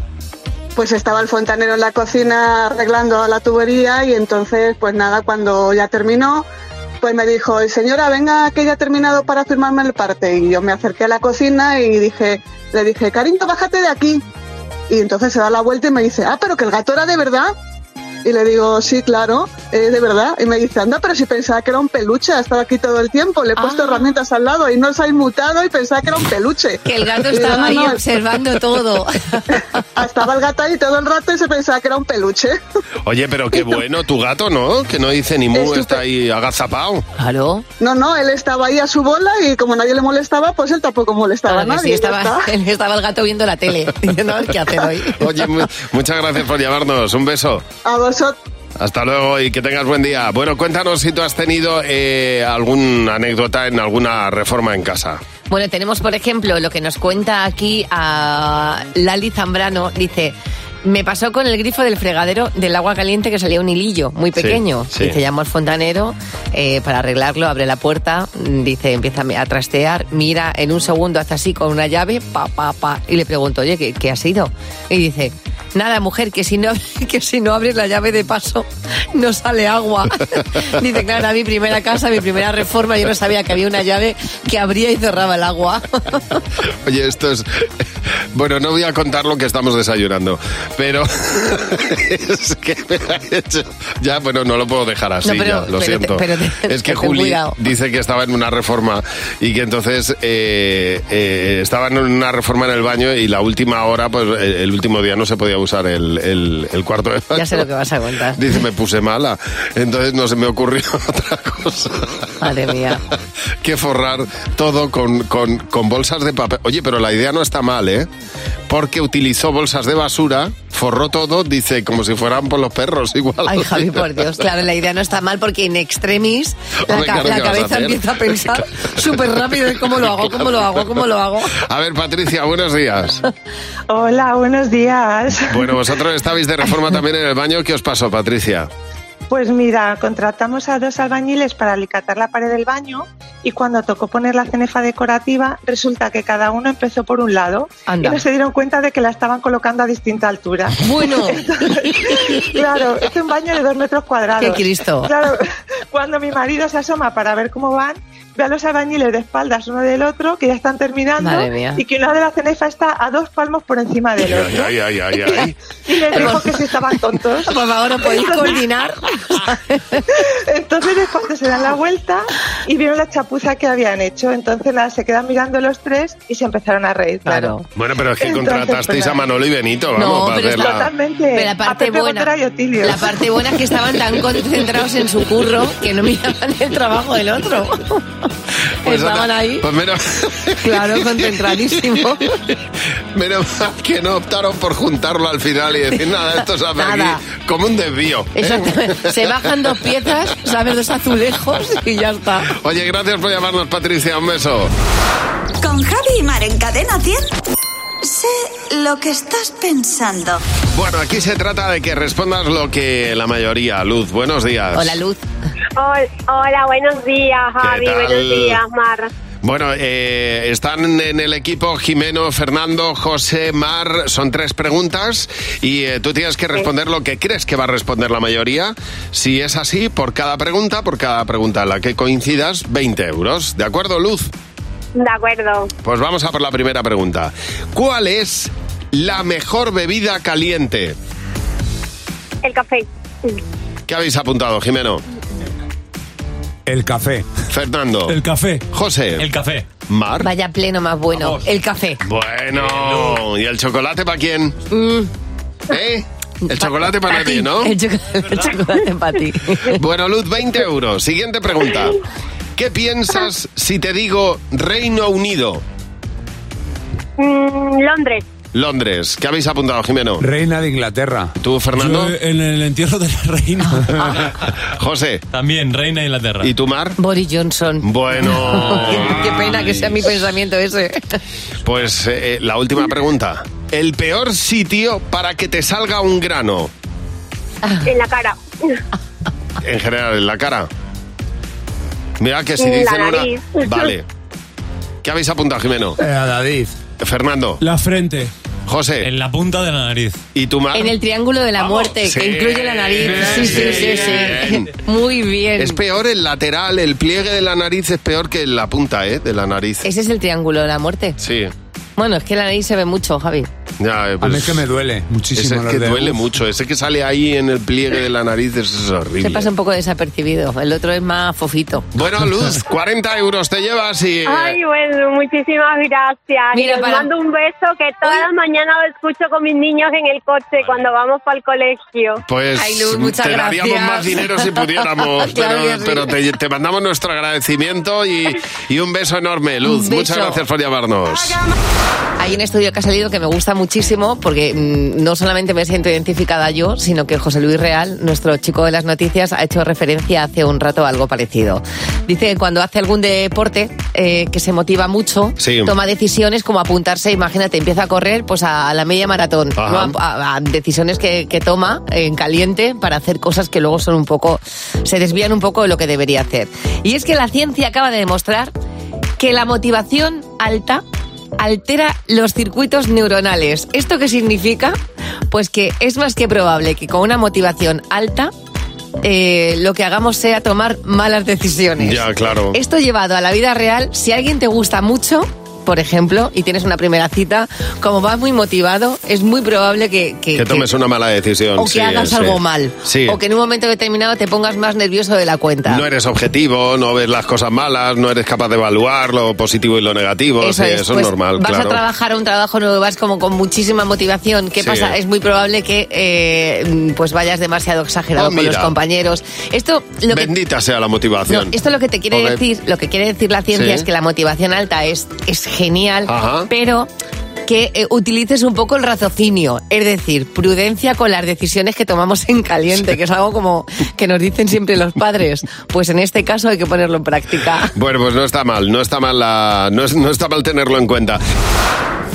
Speaker 6: Pues estaba el fontanero en la cocina arreglando la tubería y entonces, pues nada, cuando ya terminó, pues me dijo, señora, venga que ya ha terminado para firmarme el parte. Y yo me acerqué a la cocina y dije, le dije, cariño, bájate de aquí. Y entonces se da la vuelta y me dice, ah, pero que el gato era de verdad. Y le digo, sí, claro, es de verdad. Y me dice, anda, pero si pensaba que era un peluche, ha estado aquí todo el tiempo, le he puesto
Speaker 4: Ah.
Speaker 6: herramientas al lado y no se ha inmutado y pensaba que era un peluche.
Speaker 4: Que el gato
Speaker 6: Y digo,
Speaker 4: estaba
Speaker 6: "No,
Speaker 4: ahí
Speaker 6: no".
Speaker 4: observando todo.
Speaker 6: Estaba el gato ahí todo el rato y se pensaba que era un peluche.
Speaker 3: Oye, pero qué bueno tu gato, ¿no? Que no dice ni mu, está ahí agazapado.
Speaker 4: Claro.
Speaker 6: No, no, él estaba ahí a su bola y como nadie le molestaba, pues él tampoco molestaba a
Speaker 4: Claro que sí,
Speaker 6: nadie. ya
Speaker 4: estaba,
Speaker 6: está.
Speaker 4: estaba el gato viendo la tele, diciendo, a ver qué hacer hoy.
Speaker 3: Oye, mu- muchas gracias por llamarnos. Un beso.
Speaker 6: A vosotros.
Speaker 3: Hasta luego y que tengas buen día. Bueno, cuéntanos si tú has tenido eh, alguna anécdota en alguna reforma en casa.
Speaker 4: Bueno, tenemos por ejemplo lo que nos cuenta aquí a Lali Zambrano, dice... Me pasó con el grifo del fregadero del agua caliente que salía un hilillo muy
Speaker 26: Sí,
Speaker 4: pequeño.
Speaker 26: sí.
Speaker 4: Dice, llamo al fontanero eh, para arreglarlo, abre la puerta, mm, dice, empieza a mi- a trastear, mira, en un segundo hace así con una llave, pa, pa, pa, y le pregunto, oye, ¿qué, qué ha sido? Y dice, nada, mujer, que si, no, que si no abres la llave de paso no sale agua. Dice, claro, era mi primera casa, mi primera reforma, yo no sabía que había una llave que abría y cerraba el agua.
Speaker 3: Oye, esto es... Bueno, no voy a contar lo que estamos desayunando, pero es que me ha hecho... Ya, bueno, no lo puedo dejar así,
Speaker 4: No, pero-
Speaker 3: Ah, ya, lo
Speaker 4: pero te-
Speaker 3: siento.
Speaker 4: pero te-
Speaker 3: es que
Speaker 4: ten
Speaker 3: Juli
Speaker 4: cuidado.
Speaker 3: dice que estaba en una reforma y que entonces eh, eh, estaba en una reforma en el baño y la última hora, pues el, el último día no se podía usar el, el- el cuarto de baño.
Speaker 4: Ya sé lo que vas a contar.
Speaker 3: Dice, me puse mala. Entonces no se me ocurrió otra cosa.
Speaker 4: Madre mía.
Speaker 3: que forrar todo con, con- con bolsas de papel. Oye, pero la idea no está mal, ¿eh? Porque utilizó bolsas de basura, forró todo, dice, como si fueran por los perros igual.
Speaker 4: Ay, Javi, por Dios, claro, la idea no está mal porque en extremis la,
Speaker 3: Hombre,
Speaker 4: ca-
Speaker 3: claro,
Speaker 4: la
Speaker 3: ¿qué vas a
Speaker 4: cabeza
Speaker 3: hacer?
Speaker 4: empieza a pensar súper rápido, ¿cómo lo hago? ¿Cómo lo hago? ¿Cómo lo hago?
Speaker 3: A ver, Patricia, buenos días.
Speaker 18: Hola, buenos días.
Speaker 3: Bueno, vosotros estabais de reforma también en el baño. ¿Qué os pasó, Patricia?
Speaker 18: Pues mira, contratamos a dos albañiles para alicatar la pared del baño y cuando tocó poner la cenefa decorativa, resulta que cada uno empezó por un lado
Speaker 4: Anda.
Speaker 18: y no se dieron cuenta de que la estaban colocando a distinta altura.
Speaker 4: Bueno.
Speaker 18: claro, es un baño de dos metros cuadrados.
Speaker 4: ¡Qué Cristo!
Speaker 18: Claro, cuando mi marido se asoma para ver cómo van, ve a los albañiles de espaldas uno del otro que ya están terminando
Speaker 3: Madre mía.
Speaker 18: y que una de la cenefa está a dos palmos por encima del otro.
Speaker 3: Ay, ay, ay, ay, ay.
Speaker 18: Y les dijo que si estaban tontos.
Speaker 4: Por favor, ¿no podéis coordinar?
Speaker 18: Entonces, cuando se dan la vuelta y vieron la chapuza que habían hecho, entonces nada, se quedan mirando los tres y se empezaron a reír. Claro.
Speaker 3: Bueno, pero es que
Speaker 18: Entonces,
Speaker 3: contratasteis
Speaker 18: pues,
Speaker 3: a Manolo y Benito, vamos, para hacer la-
Speaker 18: Totalmente.
Speaker 4: Pero la parte buena, la parte buena es que estaban tan concentrados en su curro que no miraban el trabajo del otro.
Speaker 3: Pues,
Speaker 4: estaban
Speaker 3: Ana,
Speaker 4: ahí,
Speaker 3: Pues menos,
Speaker 4: claro, concentradísimos.
Speaker 3: menos mal que no optaron por juntarlo al final y decir, nada, esto se hace
Speaker 4: Nada.
Speaker 3: aquí como un desvío. ¿eh?
Speaker 4: Exactamente. Se bajan dos piezas, sabes, dos azulejos y ya está.
Speaker 3: Oye, gracias por llamarnos, Patricia. Un beso.
Speaker 1: Con Javi y Mar en Cadena 100. Sé lo que estás pensando.
Speaker 3: Bueno, aquí se trata de que respondas lo que la mayoría. Luz, buenos días.
Speaker 4: Luz.
Speaker 27: Hola, buenos días, Javi.
Speaker 3: tal?
Speaker 27: Buenos días, Mar.
Speaker 3: Bueno, eh, están en el equipo Jimeno, Fernando, José, Mar. Son tres preguntas y eh, tú tienes que responder lo que crees que va a responder la mayoría. Si es así, por cada pregunta, por cada pregunta en la que coincidas, 20 euros. ¿De acuerdo, Luz?
Speaker 27: De acuerdo.
Speaker 3: Pues vamos a por la primera pregunta. ¿Cuál es la mejor bebida caliente?
Speaker 27: El café.
Speaker 3: ¿Qué habéis apuntado, Jimeno?
Speaker 23: El café.
Speaker 3: Fernando.
Speaker 23: El café.
Speaker 3: José.
Speaker 20: El café.
Speaker 3: Mar.
Speaker 4: Vaya pleno más bueno. El café.
Speaker 3: Bueno. ¿Y el chocolate para quién?
Speaker 4: Mm.
Speaker 3: ¿Eh? El chocolate para nadie, ¿no?
Speaker 4: El choco- el chocolate para ti.
Speaker 3: Bueno, Luz, 20 euros. Siguiente pregunta. ¿Qué piensas si te digo Reino Unido?
Speaker 27: Mm, Londres.
Speaker 3: Londres. ¿Qué habéis apuntado, Jimeno?
Speaker 23: Reina de Inglaterra.
Speaker 3: ¿Tú, Fernando?
Speaker 20: Yo, en el entierro de la reina.
Speaker 3: José.
Speaker 20: También, reina de Inglaterra.
Speaker 3: ¿Y tú, Mar?
Speaker 4: Boris Johnson.
Speaker 3: Bueno.
Speaker 4: Qué pena que sea mi pensamiento ese.
Speaker 3: Pues eh, eh, la última pregunta. El peor sitio para que te salga un grano.
Speaker 27: En la cara.
Speaker 3: En general, en la cara. Mira que si
Speaker 27: La
Speaker 3: dicen una.
Speaker 27: nariz.
Speaker 3: Vale. ¿Qué habéis apuntado, Jimeno?
Speaker 23: Eh, a David.
Speaker 3: Fernando.
Speaker 20: La frente.
Speaker 3: José.
Speaker 20: En la punta de la nariz.
Speaker 3: ¿Y tú, Mar?
Speaker 4: En el triángulo de la muerte,
Speaker 3: Sí.
Speaker 4: que incluye la nariz. Sí, sí, sí, sí.
Speaker 3: Bien.
Speaker 4: Muy bien.
Speaker 3: Es peor el lateral, el pliegue de la nariz es peor que la punta, ¿eh? De la nariz.
Speaker 4: Ese es el triángulo de la muerte.
Speaker 3: Sí.
Speaker 4: Bueno, es que la nariz se ve mucho, Javi.
Speaker 3: Ya, eh,
Speaker 23: A mí
Speaker 3: pues,
Speaker 23: es que me duele muchísimo.
Speaker 3: Ese es
Speaker 23: los
Speaker 3: que
Speaker 23: dedos.
Speaker 3: duele mucho. Ese que sale ahí en el pliegue de la nariz es
Speaker 4: Se
Speaker 3: horrible.
Speaker 4: pasa un poco desapercibido. El otro es más fofito.
Speaker 3: Bueno, Luz, 40 euros te llevas y... eh,
Speaker 27: Ay, bueno, muchísimas gracias.
Speaker 4: Mira,
Speaker 27: Les
Speaker 4: para-
Speaker 27: mando un beso que todas las mañanas lo escucho con mis niños en el coche cuando vamos para el colegio.
Speaker 3: Pues
Speaker 27: Ay, Luz, muchas
Speaker 3: te daríamos
Speaker 27: gracias.
Speaker 3: más dinero si pudiéramos,
Speaker 27: Claro
Speaker 3: pero,
Speaker 27: que sí.
Speaker 3: pero te, te mandamos nuestro agradecimiento y, y un beso enorme, Luz.
Speaker 4: Un beso.
Speaker 3: Muchas gracias por llamarnos.
Speaker 4: Hay un estudio que ha salido que me gusta muchísimo porque mm, no solamente me siento identificada yo, sino que José Luis Real, nuestro chico de las noticias, ha hecho referencia hace un rato a algo parecido. Dice que cuando hace algún deporte eh, que se motiva mucho,
Speaker 3: Sí.
Speaker 4: toma decisiones como apuntarse, imagínate, empieza a correr pues a, la media maratón,
Speaker 3: Ajá.
Speaker 4: ¿no? A- a- a decisiones que, que toma en caliente para hacer cosas que luego son un poco, se desvían un poco de lo que debería hacer. Y es que la ciencia acaba de demostrar que la motivación alta altera los circuitos neuronales. ¿Esto qué significa? Pues que es más que probable que con una motivación alta eh, lo que hagamos sea tomar malas decisiones.
Speaker 3: Ya, claro.
Speaker 4: Esto llevado a la vida real, si alguien te gusta mucho, por ejemplo, y tienes una primera cita, como vas muy motivado, es muy probable que... que-
Speaker 3: Que tomes
Speaker 4: que-
Speaker 3: una mala decisión.
Speaker 4: o que
Speaker 3: sí,
Speaker 4: hagas
Speaker 3: sí.
Speaker 4: algo mal.
Speaker 3: Sí.
Speaker 4: O que en un momento determinado te pongas más nervioso de la cuenta.
Speaker 3: No eres objetivo, no ves las cosas malas, no eres capaz de evaluar lo positivo y lo negativo. sí, Eso, es,
Speaker 4: pues,
Speaker 3: normal,
Speaker 4: Vas
Speaker 3: claro.
Speaker 4: a trabajar a un trabajo nuevo, vas como con muchísima motivación. ¿Qué
Speaker 3: Sí.
Speaker 4: pasa? Es muy probable que eh, pues vayas demasiado exagerado
Speaker 3: Oh,
Speaker 4: con los
Speaker 3: mira.
Speaker 4: compañeros. Esto lo que
Speaker 3: Bendita sea la
Speaker 4: No,
Speaker 3: motivación.
Speaker 4: esto lo que te quiere
Speaker 3: Joder.
Speaker 4: decir, lo que quiere decir la ciencia
Speaker 3: Sí.
Speaker 4: es que la motivación alta es, es genial,
Speaker 3: Ajá.
Speaker 4: pero que eh, utilices un poco el raciocinio, es decir, prudencia con las decisiones que tomamos en caliente, que es algo como que nos dicen siempre los padres. Pues en este caso hay que ponerlo en práctica.
Speaker 3: Bueno, pues no está mal, no está mal, la- no, es- no está mal tenerlo en cuenta.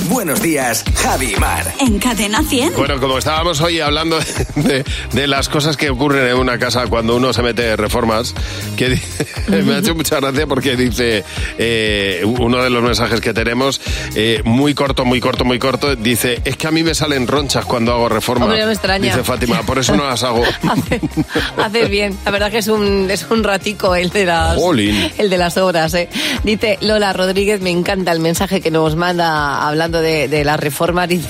Speaker 2: Buenos días, Javi y Mar.
Speaker 1: En Cadena 100.
Speaker 3: Bueno, como estábamos hoy hablando de, de las cosas que ocurren en una casa cuando uno se mete reformas, que di- me ha hecho mucha gracia porque dice eh, uno de los mensajes que tenemos, eh, muy corto, muy corto, muy corto, dice, es que a mí me salen ronchas cuando hago reformas.
Speaker 4: Hombre, no me extraña.
Speaker 3: Dice Fátima, por eso no las hago.
Speaker 4: Haces bien. La verdad que es un, es un ratico el de las,
Speaker 3: Jolín.
Speaker 4: el de las obras. ¿eh? Dice Lola Rodríguez, me encanta el mensaje que nos manda hablando de, de las reformas. Dice,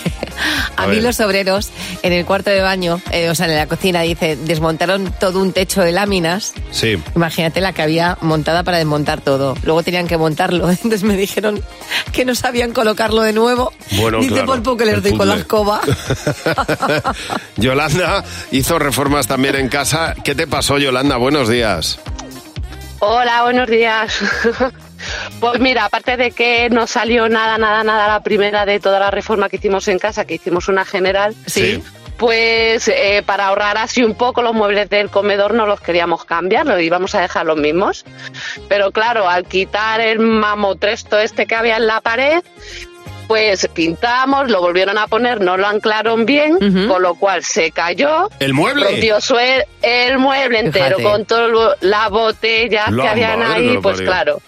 Speaker 4: a,
Speaker 5: A
Speaker 4: mí
Speaker 5: ver.
Speaker 4: los obreros en el cuarto de baño, eh, o sea, en la cocina, dice, desmontaron todo un techo de láminas.
Speaker 3: Sí.
Speaker 4: Imagínate la que había montada para desmontar todo. Luego tenían que montarlo. Entonces me dijeron que no sabían colocarlo de nuevo.
Speaker 3: Bueno,
Speaker 4: Dice
Speaker 3: claro,
Speaker 4: por poco les
Speaker 3: el
Speaker 4: doy con la
Speaker 3: puzzle.
Speaker 4: escoba.
Speaker 3: Yolanda hizo reformas también en casa. ¿Qué te pasó, Yolanda? Buenos días.
Speaker 5: Hola, buenos días. Pues mira, aparte de que no salió nada, nada, nada la primera de toda la reforma que hicimos en casa, que hicimos una general,
Speaker 3: Sí.
Speaker 5: pues eh, para ahorrar así un poco los muebles del comedor no los queríamos cambiar, los íbamos a dejar los mismos. Pero claro, al quitar el mamotresto este que había en la pared, pues pintamos, lo volvieron a poner, no lo anclaron bien, con lo cual se cayó.
Speaker 3: ¿El mueble?
Speaker 5: Rompió suel- el mueble entero,
Speaker 3: Fíjate.
Speaker 5: con todas las botellas
Speaker 3: La
Speaker 5: que habían
Speaker 3: madre que
Speaker 5: ahí,
Speaker 3: lo
Speaker 5: pues
Speaker 3: parió.
Speaker 5: claro.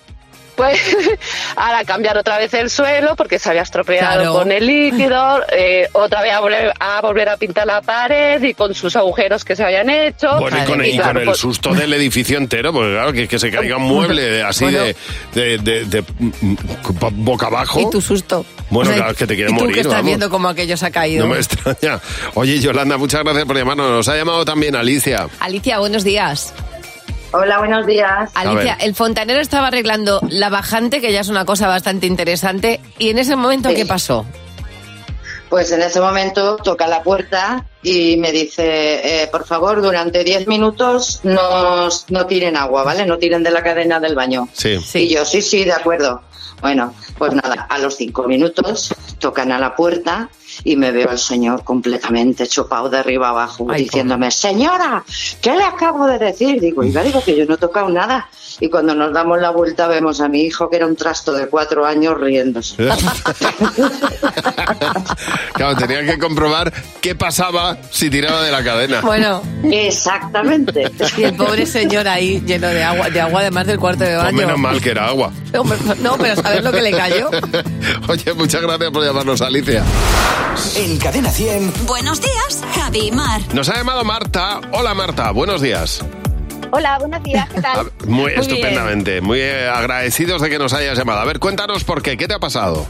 Speaker 5: Pues ahora cambiar otra vez el suelo porque se había estropeado
Speaker 14: Claro.
Speaker 5: con el líquido, eh, otra vez a volver, a volver a pintar la pared y con sus agujeros que se habían hecho.
Speaker 3: Bueno, y con, el- y
Speaker 5: claro,
Speaker 3: con el
Speaker 5: pues,
Speaker 3: susto del edificio entero, porque claro, que, que se caiga un mueble de- así
Speaker 5: Bueno.
Speaker 3: de, de- de- de- mm, mm, boca abajo.
Speaker 4: Y tu susto.
Speaker 3: Bueno,
Speaker 4: O sea,
Speaker 3: claro, es que te quieres
Speaker 4: y tú
Speaker 3: morir,
Speaker 4: que estás
Speaker 3: vamos.
Speaker 4: viendo cómo aquello se ha caído.
Speaker 3: No me extraña. Oye, Yolanda, muchas gracias por llamarnos. Nos ha llamado también Alicia.
Speaker 4: Alicia, buenos días.
Speaker 14: Hola, buenos días.
Speaker 4: Alicia,
Speaker 3: A ver.
Speaker 4: el fontanero estaba arreglando la bajante, que ya es una cosa bastante interesante, y en ese momento, ¿qué pasó?
Speaker 28: Pues en ese momento toca la puerta y me dice, eh, por favor, durante 10 minutos no, no tiren agua, ¿vale? No tiren de la cadena del baño.
Speaker 3: Sí.
Speaker 28: Y yo, sí, sí, de acuerdo. Bueno, pues nada, a los cinco minutos tocan a la puerta y me veo al señor completamente chupado de arriba abajo diciéndome, señora, ¿qué le acabo de decir? Digo, ya digo que yo no he tocado nada. Y cuando nos damos la vuelta vemos a mi hijo que era un trasto de cuatro años riéndose.
Speaker 3: Claro, tenía que comprobar qué pasaba si tiraba de la cadena.
Speaker 4: Bueno.
Speaker 28: Exactamente.
Speaker 4: Y el pobre señor ahí, lleno de agua, de agua además del cuarto de
Speaker 3: Pues
Speaker 4: baño.
Speaker 3: menos mal que era agua.
Speaker 4: No, pero- No, pero ¿sabes lo que le cayó?
Speaker 3: Oye, muchas gracias por llamarnos, Alicia.
Speaker 29: En Cadena 100.
Speaker 30: Buenos días, Javi y Mar.
Speaker 3: Nos ha llamado Marta. Hola, Marta. Buenos días.
Speaker 14: Hola, buenos días, ¿qué tal?
Speaker 3: Muy,
Speaker 14: bien.
Speaker 3: estupendamente. Muy eh, agradecidos de que nos hayas llamado. A ver, cuéntanos por qué. ¿Qué te ha pasado?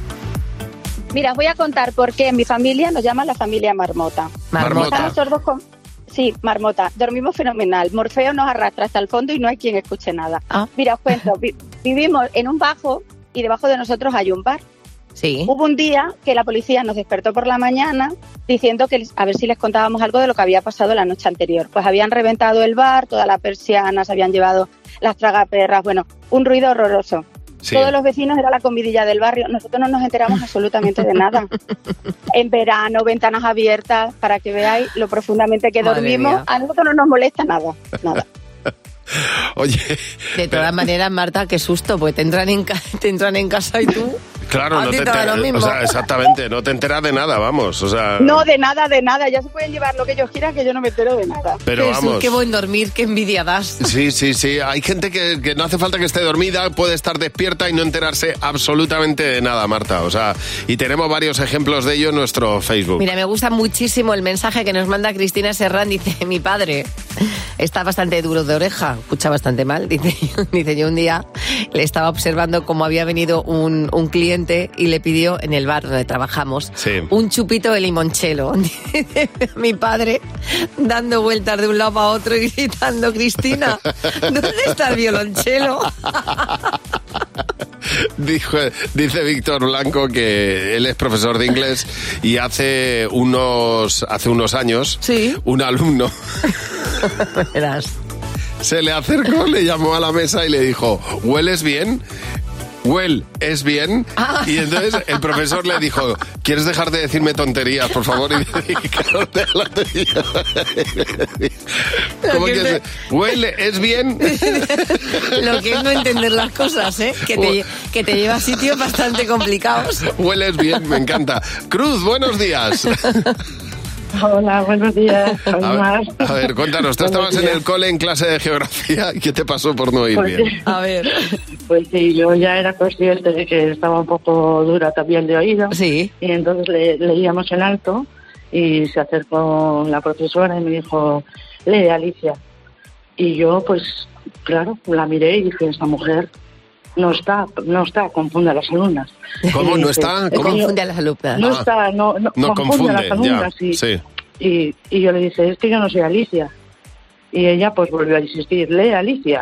Speaker 14: Mira, os voy a contar por qué en mi familia nos llaman la familia Marmota.
Speaker 3: Marmota.
Speaker 14: Estamos sordos con... Sí, Marmota. Dormimos fenomenal. Morfeo nos arrastra hasta el fondo y no hay quien escuche nada. Mira, os cuento. vi- vivimos en un bajo y debajo de nosotros hay un bar.
Speaker 4: Sí.
Speaker 14: Hubo un día que la policía nos despertó por la mañana diciendo que les- a ver si les contábamos algo de lo que había pasado la noche anterior. Pues habían reventado el bar, toda la persiana, se habían llevado las tragaperras, bueno, un ruido horroroso.
Speaker 21: Sí.
Speaker 14: Todos los vecinos era la comidilla del barrio. Nosotros no nos enteramos absolutamente de nada. En verano, ventanas abiertas, para que veáis lo profundamente que
Speaker 4: Madre
Speaker 14: dormimos.
Speaker 4: mía.
Speaker 14: A nosotros no nos molesta nada, nada.
Speaker 3: Oye.
Speaker 4: De todas maneras, Marta, qué susto, porque te entran en, ca- te entran en casa y tú.
Speaker 3: Claro,
Speaker 4: A
Speaker 3: no
Speaker 4: ti
Speaker 3: te
Speaker 4: te da
Speaker 3: enteras.
Speaker 4: lo mismo.
Speaker 3: O sea, exactamente. No te enteras de nada, vamos. O sea,
Speaker 14: No, de nada, de nada. Ya se pueden llevar lo que ellos quieran, que yo no me entero de nada.
Speaker 3: Pero
Speaker 4: Jesús,
Speaker 3: vamos.
Speaker 4: qué buen dormir, qué envidia das.
Speaker 3: Sí, sí, sí. Hay gente que, que no hace falta que esté dormida, puede estar despierta y no enterarse absolutamente de nada, Marta. O sea, y tenemos varios ejemplos de ello en nuestro Facebook.
Speaker 4: Mira, me gusta muchísimo el mensaje que nos manda Cristina Serrán. Dice, mi padre está bastante duro de oreja, escucha bastante mal. Dice, dice yo un día le estaba observando cómo había venido un, un cliente y le pidió en el bar donde trabajamos
Speaker 3: Sí.
Speaker 4: un chupito de limonchelo. Dice, mi padre dando vueltas de un lado para otro y gritando, Cristina, ¿dónde está el violonchelo?
Speaker 3: Dijo- dice Víctor Blanco que él es profesor de inglés y hace unos, hace unos años un alumno se le acercó, le llamó a la mesa y le dijo, ¿hueles bien? Huel, es bien.
Speaker 19: Ah.
Speaker 3: Y entonces el profesor le dijo, ¿quieres dejar de decirme tonterías, por favor? Y dedicarte a la tuya?" ¿Cómo
Speaker 4: que
Speaker 3: que
Speaker 4: te-
Speaker 3: se- Huele, es bien.
Speaker 4: Lo que es no entender las cosas, ¿eh? Que te, que te lleva a sitios bastante complicados.
Speaker 3: Hueles bien, me encanta. Cruz, buenos días.
Speaker 19: Hola, buenos días. Soy
Speaker 3: A
Speaker 19: Mar.
Speaker 3: ver, a ver, cuéntanos, tú
Speaker 19: Buenos
Speaker 3: estabas en
Speaker 19: días.
Speaker 3: el cole en clase de geografía, ¿qué te pasó por no ir
Speaker 19: Pues,
Speaker 3: bien?
Speaker 4: A ver.
Speaker 19: Pues sí, yo ya era consciente de que estaba un poco dura también de oído.
Speaker 4: Sí.
Speaker 19: Y entonces le- leíamos en alto y se acercó la profesora y me dijo, lee Alicia. Y yo, pues, claro, la miré y dije, esta mujer no está, no está, confunde a las alumnas.
Speaker 3: ¿Cómo?
Speaker 19: Y
Speaker 3: ¿No
Speaker 19: dice,
Speaker 3: está?
Speaker 19: "Es que
Speaker 3: ¿Cómo?
Speaker 19: yo-
Speaker 4: Confunde a las alumnas.
Speaker 19: No
Speaker 3: Ah.
Speaker 19: está, no, no,
Speaker 3: No
Speaker 19: confunde, a las
Speaker 3: confunde, ya.
Speaker 19: alumnas. y-
Speaker 3: Sí.
Speaker 19: Y, y yo le dije, es que yo no soy Alicia. Y ella pues volvió a insistir, lee Alicia.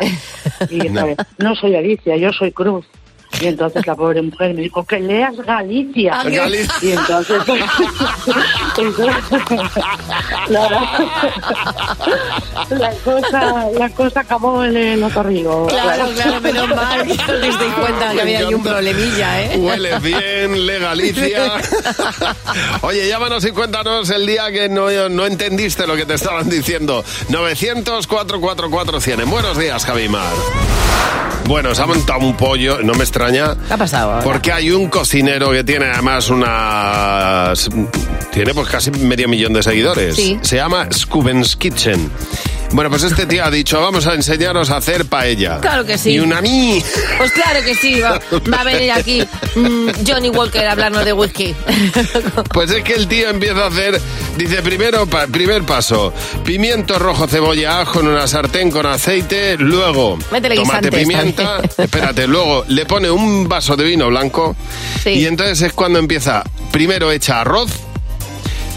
Speaker 19: Y yo,
Speaker 3: No.
Speaker 19: no. soy Alicia, yo soy Cruz. Y entonces la pobre mujer me dijo, que leas Galicia.
Speaker 3: Ah, Galicia.
Speaker 19: Y entonces... la, la cosa, la cosa acabó en el otorrino.
Speaker 4: Claro, claro, menos mal que os dais cuenta que había ahí un problemilla, ¿eh?
Speaker 3: Hueles bien, legalicia. Oye, llámanos y cuéntanos el día que no, no entendiste lo que te estaban diciendo. 900-444-100. Buenos días, Javimar. Bueno, se ha montado un pollo, no me extraña.
Speaker 4: ¿Qué ha pasado? ahora?
Speaker 3: Porque hay un cocinero que tiene además unas... Tiene pues casi medio millón de seguidores.
Speaker 4: Sí.
Speaker 3: Se llama Scubens Kitchen. Bueno, pues este tío ha dicho, vamos a enseñaros a hacer paella.
Speaker 4: Claro que sí.
Speaker 3: Y una mí.
Speaker 4: Pues claro que sí, va, va a venir aquí mm, Johnny Walker a hablarnos de whisky.
Speaker 3: Pues es que el tío empieza a hacer, dice primero, pa- primer paso, pimiento rojo, cebolla, ajo en una sartén con aceite, luego
Speaker 4: Métele
Speaker 3: tomate
Speaker 4: guisantes
Speaker 3: pimienta,
Speaker 4: también.
Speaker 3: espérate, luego le pone un vaso de vino blanco y entonces es cuando empieza, primero echa arroz,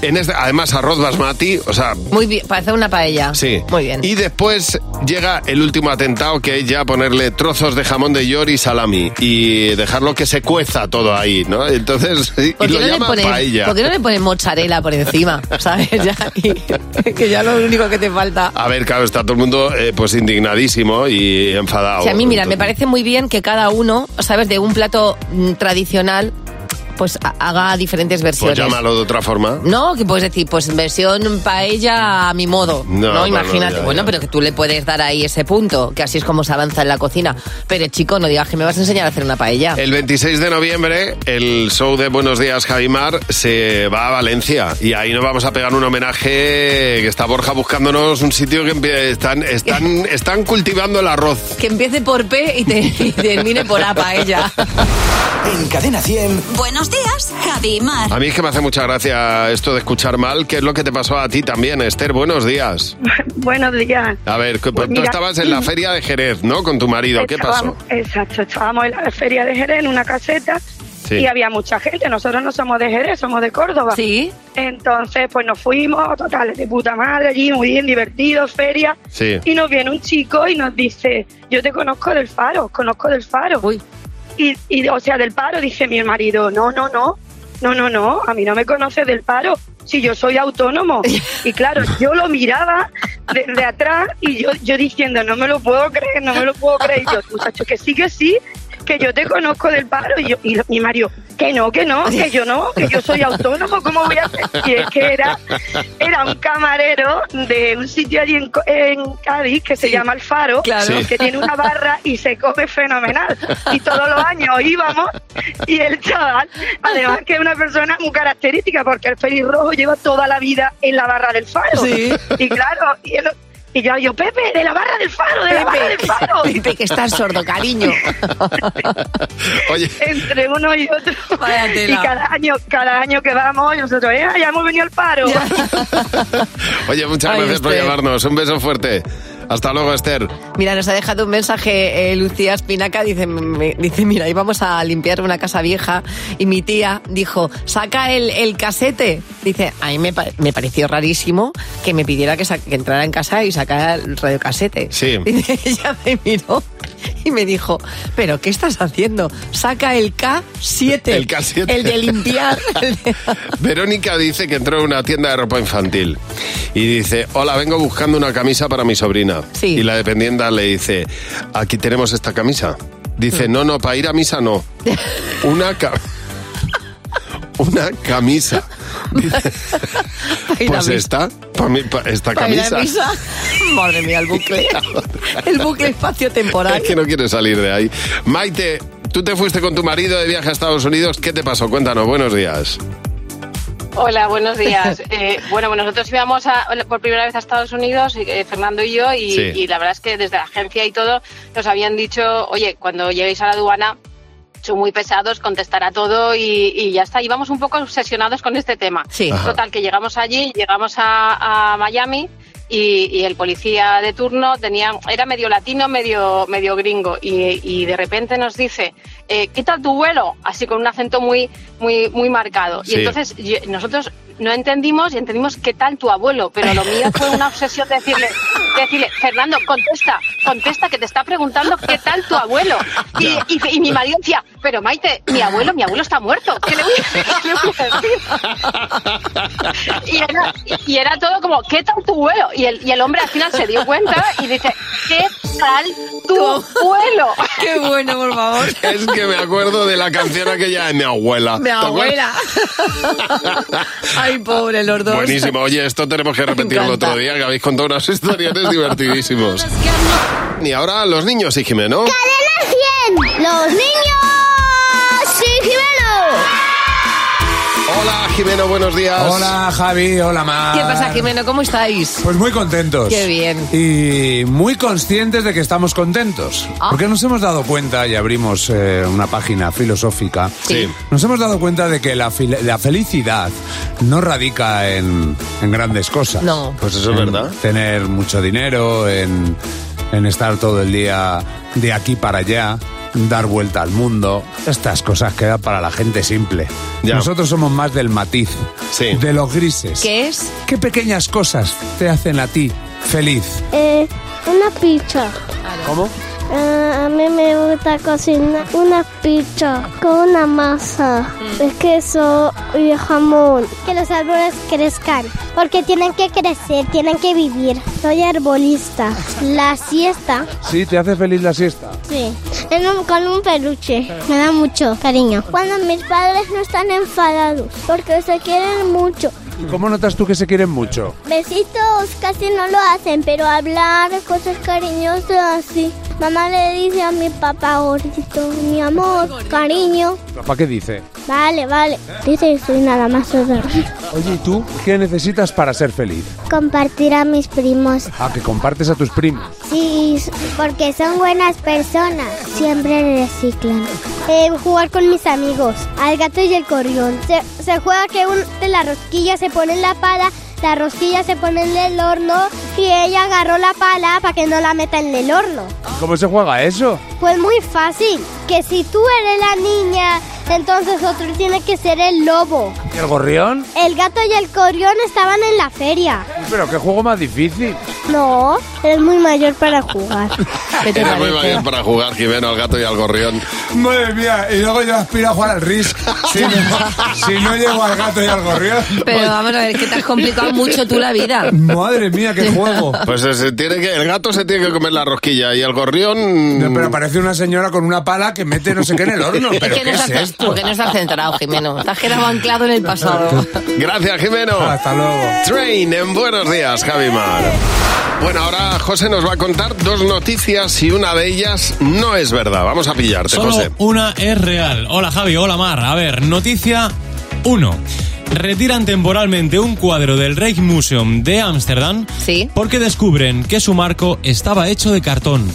Speaker 3: en este- además arroz basmati, o sea,
Speaker 4: Muy bien, para hacer una paella.
Speaker 3: Sí.
Speaker 4: Muy bien.
Speaker 3: Y después llega el último atentado que es ya ponerle trozos de jamón de york y salami y dejarlo que se cueza todo ahí, ¿no? Entonces, y, y
Speaker 4: ¿Por qué,
Speaker 3: lo
Speaker 4: no le
Speaker 3: llama
Speaker 4: pones,
Speaker 3: paella.
Speaker 4: ¿Por qué no le pones mozzarella por encima? ¿Sabes? Ya, y- que ya lo único que te falta.
Speaker 3: A ver, claro, está todo el mundo eh, pues indignadísimo y enfadado.
Speaker 4: O sea, a mí, mira, me parece muy bien que cada uno, ¿sabes? De un plato mm, tradicional, pues ha- haga diferentes
Speaker 3: Pues
Speaker 4: versiones.
Speaker 3: llámalo de otra forma.
Speaker 4: No, que puedes decir, pues versión paella a mi modo.
Speaker 3: No,
Speaker 4: No,
Speaker 3: bueno,
Speaker 4: imagínate.
Speaker 3: ya, ya.
Speaker 4: bueno, pero que tú le puedes dar ahí ese punto, que así es como se avanza en la cocina. Pero chico, no digas que me vas a enseñar a hacer una paella.
Speaker 3: El 26 de noviembre, el show de Buenos Días Javimar se va a Valencia y ahí nos vamos a pegar un homenaje que está Borja buscándonos un sitio que empie- están, están, están cultivando el arroz.
Speaker 4: Que empiece por P y, te, y termine por A paella.
Speaker 2: En Cadena 100.
Speaker 1: Buenos días, Javi y Mar.
Speaker 3: A mí es que me hace mucha gracia esto de escuchar mal, que es lo que te pasó a ti también, Esther. Buenos días.
Speaker 10: Buenos días.
Speaker 3: A ver, que-
Speaker 10: Pues
Speaker 3: tú
Speaker 10: mira,
Speaker 3: estabas en la feria de Jerez, ¿no? Con tu marido. ¿Qué pasó?
Speaker 10: Estábamos- Exacto, estábamos en la feria de Jerez, en una caseta,
Speaker 3: Sí.
Speaker 10: y había mucha gente. Nosotros no somos de Jerez, somos de Córdoba.
Speaker 4: Sí.
Speaker 10: Entonces, pues nos fuimos, total, de puta madre allí, muy bien, divertido, feria.
Speaker 3: Sí.
Speaker 10: Y nos viene un chico y nos dice, yo te conozco del faro, os conozco del faro. Y, y, o sea, del paro, dice mi marido, no, no, no, no, no, no, a mí no me conoces del paro, si yo soy autónomo. Y claro, yo lo miraba desde atrás y yo, yo diciendo, no me lo puedo creer, no me lo puedo creer. Y yo, muchacho, que sí, que sí, que yo te conozco del paro. Y, yo, y mi marido, que no, que no, que yo no, que yo soy autónomo, ¿cómo voy a hacer? Y es que era era un camarero de un sitio allí en, Co- en Cádiz que se llama El Faro,
Speaker 14: claro. Sí.
Speaker 10: que tiene una barra y se come fenomenal. Y todos los años íbamos y el chaval, además que es una persona muy característica porque el pelirrojo lleva toda la vida en la barra del Faro.
Speaker 4: Sí.
Speaker 10: Y claro, y, el- y yo, yo, Pepe, de la barra del Faro, de la barra del Faro.
Speaker 4: Pepe, que estás sordo, cariño.
Speaker 3: Oye.
Speaker 10: Entre uno y otro.
Speaker 4: Vaya
Speaker 10: Y
Speaker 4: tela.
Speaker 10: cada año, cada año que vamos, nosotros, eh, ya hemos venido al paro.
Speaker 3: Oye, muchas
Speaker 4: Ay,
Speaker 3: gracias por
Speaker 4: Esther.
Speaker 3: llamarnos. Un beso fuerte. Hasta luego, Esther.
Speaker 4: Mira, nos ha dejado un mensaje eh, Lucía Espinaca, dice, me- dice, mira, íbamos a limpiar una casa vieja y mi tía dijo, saca el, el casete. Dice, a mí me, pa- me pareció rarísimo que me pidiera que, sa- que entrara en casa y sacara el radiocasete.
Speaker 3: Sí.
Speaker 4: Dice, ella me miró y me dijo, pero ¿qué estás haciendo? Saca el K7.
Speaker 3: El Pues K7.
Speaker 4: El de limpiar. el de-
Speaker 3: Verónica dice que entró en una tienda de ropa infantil y dice, hola, vengo buscando una camisa para mi sobrina. Y la dependienta le dice, aquí tenemos esta camisa.
Speaker 4: Mm.
Speaker 3: Dice, no, no, para ir a misa no. Una, ca- una camisa. Dice,
Speaker 4: Para ir a
Speaker 3: pues
Speaker 4: misa.
Speaker 3: esta, pa' mí- pa- esta
Speaker 4: Para ir a
Speaker 3: camisa.
Speaker 4: misa. Madre mía, el bucle. El bucle espacio-temporal.
Speaker 3: Es que no quiere salir de ahí. Maite, tú te fuiste con tu marido de viaje a Estados Unidos. ¿Qué te pasó? Cuéntanos, buenos días.
Speaker 14: Hola, buenos días. Eh, bueno, bueno, nosotros íbamos a- por primera vez a Estados Unidos, eh, Fernando y yo, y,
Speaker 31: Sí.
Speaker 14: y la verdad es que desde la agencia y todo nos habían dicho, oye, cuando lleguéis a la aduana son muy pesados, contestar a todo y, y ya está. Íbamos un poco obsesionados con este tema.
Speaker 4: Sí. Ajá.
Speaker 14: Total, que llegamos allí, llegamos a, a Miami y, y el policía de turno tenía, era medio latino, medio, medio gringo y, y de repente nos dice, eh, quita tu vuelo, así con un acento muy, muy, muy marcado.
Speaker 29: Sí.
Speaker 14: Y entonces yo- nosotros no entendimos y entendimos qué tal tu abuelo, pero lo mío fue una obsesión decirle, decirle, Fernando, contesta, contesta que te está preguntando qué tal tu abuelo. Y,
Speaker 31: Ya.
Speaker 14: y- y mi marido decía, pero Maite, mi abuelo, mi abuelo está muerto. ¿Qué le voy a, qué le voy a decir? Y era, y era todo como, ¿qué tal tu vuelo? Y el, y el hombre al final se dio cuenta y dice, ¿qué tal tu vuelo?
Speaker 4: Qué bueno, por favor.
Speaker 3: Es que me acuerdo de la canción aquella de mi abuela.
Speaker 4: Mi
Speaker 3: ¿Te acuerdas?
Speaker 4: abuela. Ay, pobre, los dos.
Speaker 3: Buenísimo. Oye, esto tenemos que repetirlo
Speaker 4: encanta.
Speaker 3: otro día, que habéis contado unas historias divertidísimos. Y ahora los niños y Jimeno.
Speaker 32: ¡Cadena 100! ¡Los niños! ¡Sí, Jimeno!
Speaker 3: Hola, Jimeno, buenos días.
Speaker 23: Hola Javi, hola Mar.
Speaker 4: ¿Qué pasa, Jimeno? ¿Cómo estáis?
Speaker 23: Pues muy contentos.
Speaker 4: Qué bien.
Speaker 23: Y muy conscientes de que estamos contentos.
Speaker 4: Ah.
Speaker 23: Porque nos hemos dado cuenta, y abrimos eh, una página filosófica,
Speaker 3: Sí.
Speaker 23: nos hemos dado cuenta de que la, fil- la felicidad no radica en, en grandes cosas.
Speaker 3: No. Pues eso es
Speaker 23: En
Speaker 3: verdad.
Speaker 23: Tener mucho dinero, en, en estar todo el día de aquí para allá dar vuelta al mundo, estas cosas quedan para la gente simple.
Speaker 3: Ya.
Speaker 23: Nosotros somos más del matiz, de los grises.
Speaker 4: ¿Qué es?
Speaker 23: ¿Qué pequeñas cosas te hacen a ti feliz?
Speaker 31: Eh, una pizza.
Speaker 23: ¿Cómo?
Speaker 31: Ah, a mí me gusta cocinar una pizza con una masa de queso y de jamón. Que los árboles crezcan, porque tienen que crecer, tienen que vivir. Soy arbolista. La siesta,
Speaker 23: Sí, te hace feliz la siesta.
Speaker 31: sí, en un- con un peluche, me da mucho cariño. Cuando mis padres no están enfadados, porque se quieren mucho.
Speaker 23: ¿Y cómo notas tú que se quieren mucho?
Speaker 31: Besitos casi no lo hacen, pero hablar, cosas cariñosas, sí. Mamá le dice a mi papá gordito, mi amor, cariño.
Speaker 23: ¿Para qué dice?
Speaker 31: Vale, vale. Dice que soy nada más adorable.
Speaker 23: Oye, ¿y tú qué necesitas para ser feliz?
Speaker 31: Compartir a mis primos.
Speaker 23: Ah, que compartes a tus primos.
Speaker 31: Sí, porque son buenas personas. Siempre reciclan. Eh, jugar con mis amigos, al gato y el corrión. Se, se juega que un, de la rosquilla se pone en la pala, la rosquilla se pone en el horno y ella agarró la pala para que no la meta en el horno.
Speaker 23: ¿Cómo se juega eso?
Speaker 31: Pues muy fácil, que si tú eres la niña, entonces otro tiene que ser el lobo.
Speaker 23: ¿Y el gorrión?
Speaker 31: El gato y el corrión estaban en la feria.
Speaker 23: Pero qué juego más difícil.
Speaker 31: No, eres muy mayor para jugar.
Speaker 3: Eres muy mayor para jugar, Jimeno, al gato y al gorrión.
Speaker 23: Madre mía, y luego yo aspiro a jugar al Risk. Si no, si no llego al gato y al gorrión.
Speaker 25: Pero vamos a ver, que te has complicado mucho tú la vida.
Speaker 23: Madre mía, qué juego.
Speaker 3: Pues eh, se tiene que, el gato se tiene que comer la rosquilla y el gorrión.
Speaker 23: pero aparece una señora con una pala que mete no sé qué en el horno. ¿Pero
Speaker 4: que
Speaker 23: qué
Speaker 4: no
Speaker 23: es
Speaker 4: estás-
Speaker 23: esto?
Speaker 4: ¿Por qué no estás centrado, Jimeno? Te has quedado anclado en el pasado.
Speaker 3: Gracias, Jimeno. Hasta
Speaker 23: luego.
Speaker 3: Train en Buenos Días, Javi Mar. Bueno, ahora José nos va a contar dos noticias y una de ellas no es verdad. Vamos a pillarte,
Speaker 20: Solo
Speaker 3: José.
Speaker 20: una es real. Hola Javi, hola Mar. A ver, noticia 1. Retiran temporalmente un cuadro del Rijksmuseum de Ámsterdam porque descubren que su marco estaba hecho de cartón.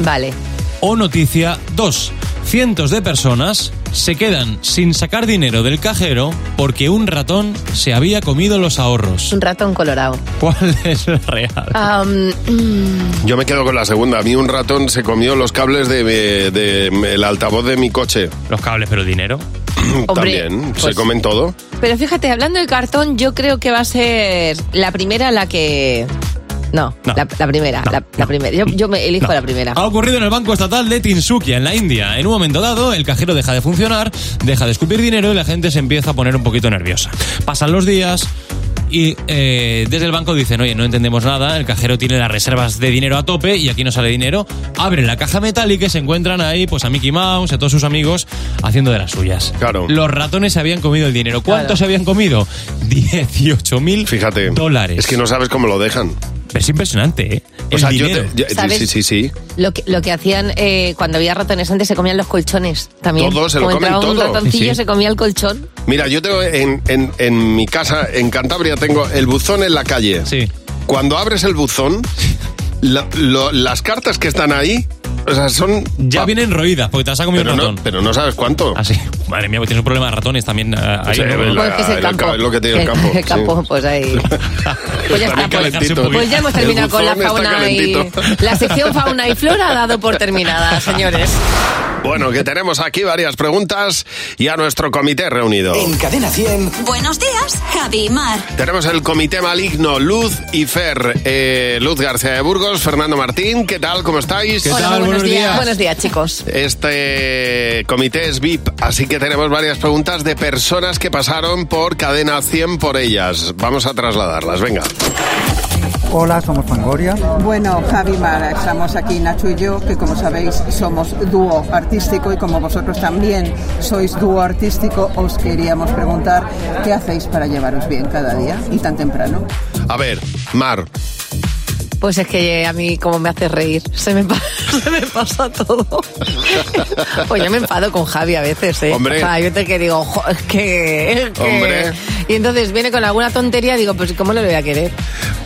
Speaker 4: vale.
Speaker 20: O noticia 2. Cientos de personas se quedan sin sacar dinero del cajero porque un ratón se había comido los ahorros.
Speaker 4: Un ratón colorado.
Speaker 20: ¿Cuál es la real?
Speaker 4: Am, mm,
Speaker 3: Yo me quedo con la segunda. A mí un ratón se comió los cables del de, de- el altavoz de mi coche.
Speaker 20: Los cables, pero dinero.
Speaker 4: Hombre,
Speaker 3: También, se
Speaker 4: pues-
Speaker 3: comen todo.
Speaker 4: pero fíjate, hablando de cartón, yo creo que va a ser la primera la que... No, La, la primera, la, la primera. Yo, yo me elijo la primera.
Speaker 23: Ah,
Speaker 20: Ha ocurrido en el Banco Estatal de Tinsukia, en la India. En un momento dado, el cajero deja de funcionar, deja de escupir dinero y la gente se empieza a poner un poquito nerviosa. Pasan los días y eh, desde el banco dicen, oye, no entendemos nada, el cajero tiene las reservas de dinero a tope y aquí no sale dinero. Abren la caja metálica y se encuentran ahí pues a Mickey Mouse y a todos sus amigos haciendo de las suyas. Claro. Los ratones se habían comido el dinero. ¿Cuánto se habían comido? 18 mil dólares. Es
Speaker 3: que no sabes cómo lo dejan.
Speaker 20: Es impresionante, ¿eh?
Speaker 3: O
Speaker 20: El
Speaker 3: sea, yo
Speaker 20: dinero.
Speaker 3: te- yo-
Speaker 4: ¿Sabes?
Speaker 3: sí, sí, sí.
Speaker 4: Lo que, lo que hacían eh, cuando había ratones antes, se comían los colchones también.
Speaker 3: Todo, se lo
Speaker 4: Como
Speaker 3: comen
Speaker 4: entraba un
Speaker 3: todo.
Speaker 4: ratoncillo,
Speaker 3: Sí, sí.
Speaker 4: se comía el colchón.
Speaker 3: Mira, yo tengo en, en- en mi casa, en Cantabria, tengo el buzón en la calle.
Speaker 20: Sí.
Speaker 3: Cuando abres el buzón, la- lo- las cartas que están ahí, o sea, son...
Speaker 20: Ya vienen roídas, porque te las ha comido
Speaker 3: Pero
Speaker 20: un
Speaker 3: no-
Speaker 20: ratón.
Speaker 3: pero no sabes cuánto.
Speaker 20: Así. Madre mía, pues tienes un problema de ratitos ratones también. eh, ahí,
Speaker 3: Sí,
Speaker 20: ¿no?
Speaker 3: es la- Pues que es el es lo campo. que- es lo que tiene el campo, sí.
Speaker 4: pues ahí. Pues ya está, pues, pues ya hemos terminado con la fauna y. La sección fauna y flora ha dado por terminada, Ah, señores.
Speaker 3: Bueno, que tenemos aquí varias preguntas y a nuestro comité reunido.
Speaker 2: En Cadena 100.
Speaker 1: Buenos días, Javi y Mar.
Speaker 3: Tenemos el comité maligno Luz y Fer, eh, Luz García de Burgos, Fernando Martín, ¿qué tal? ¿Cómo estáis?
Speaker 4: Hola, buenos días. Buenos días, chicos.
Speaker 3: Este comité es VIP, así que tenemos varias preguntas de personas que pasaron por cadena 100 por ellas. Vamos a trasladarlas, venga.
Speaker 29: Hola, somos Fangoria.
Speaker 33: Bueno, Javi Mara, estamos aquí Nacho y yo, que como sabéis somos dúo artístico y como vosotros también sois dúo artístico, os queríamos preguntar qué hacéis para llevaros bien cada día y tan temprano.
Speaker 3: A ver, Mar,
Speaker 4: Pues es que a mí, como me hace reír, se me, pa- se me pasa todo. Pues yo me enfado con Javi a veces, ¿eh?
Speaker 3: Hombre.
Speaker 4: O sea, yo te que digo, "Jo, es que, es que-".
Speaker 3: Hombre.
Speaker 4: Y entonces viene con alguna tontería, digo, pues ¿cómo le voy a querer?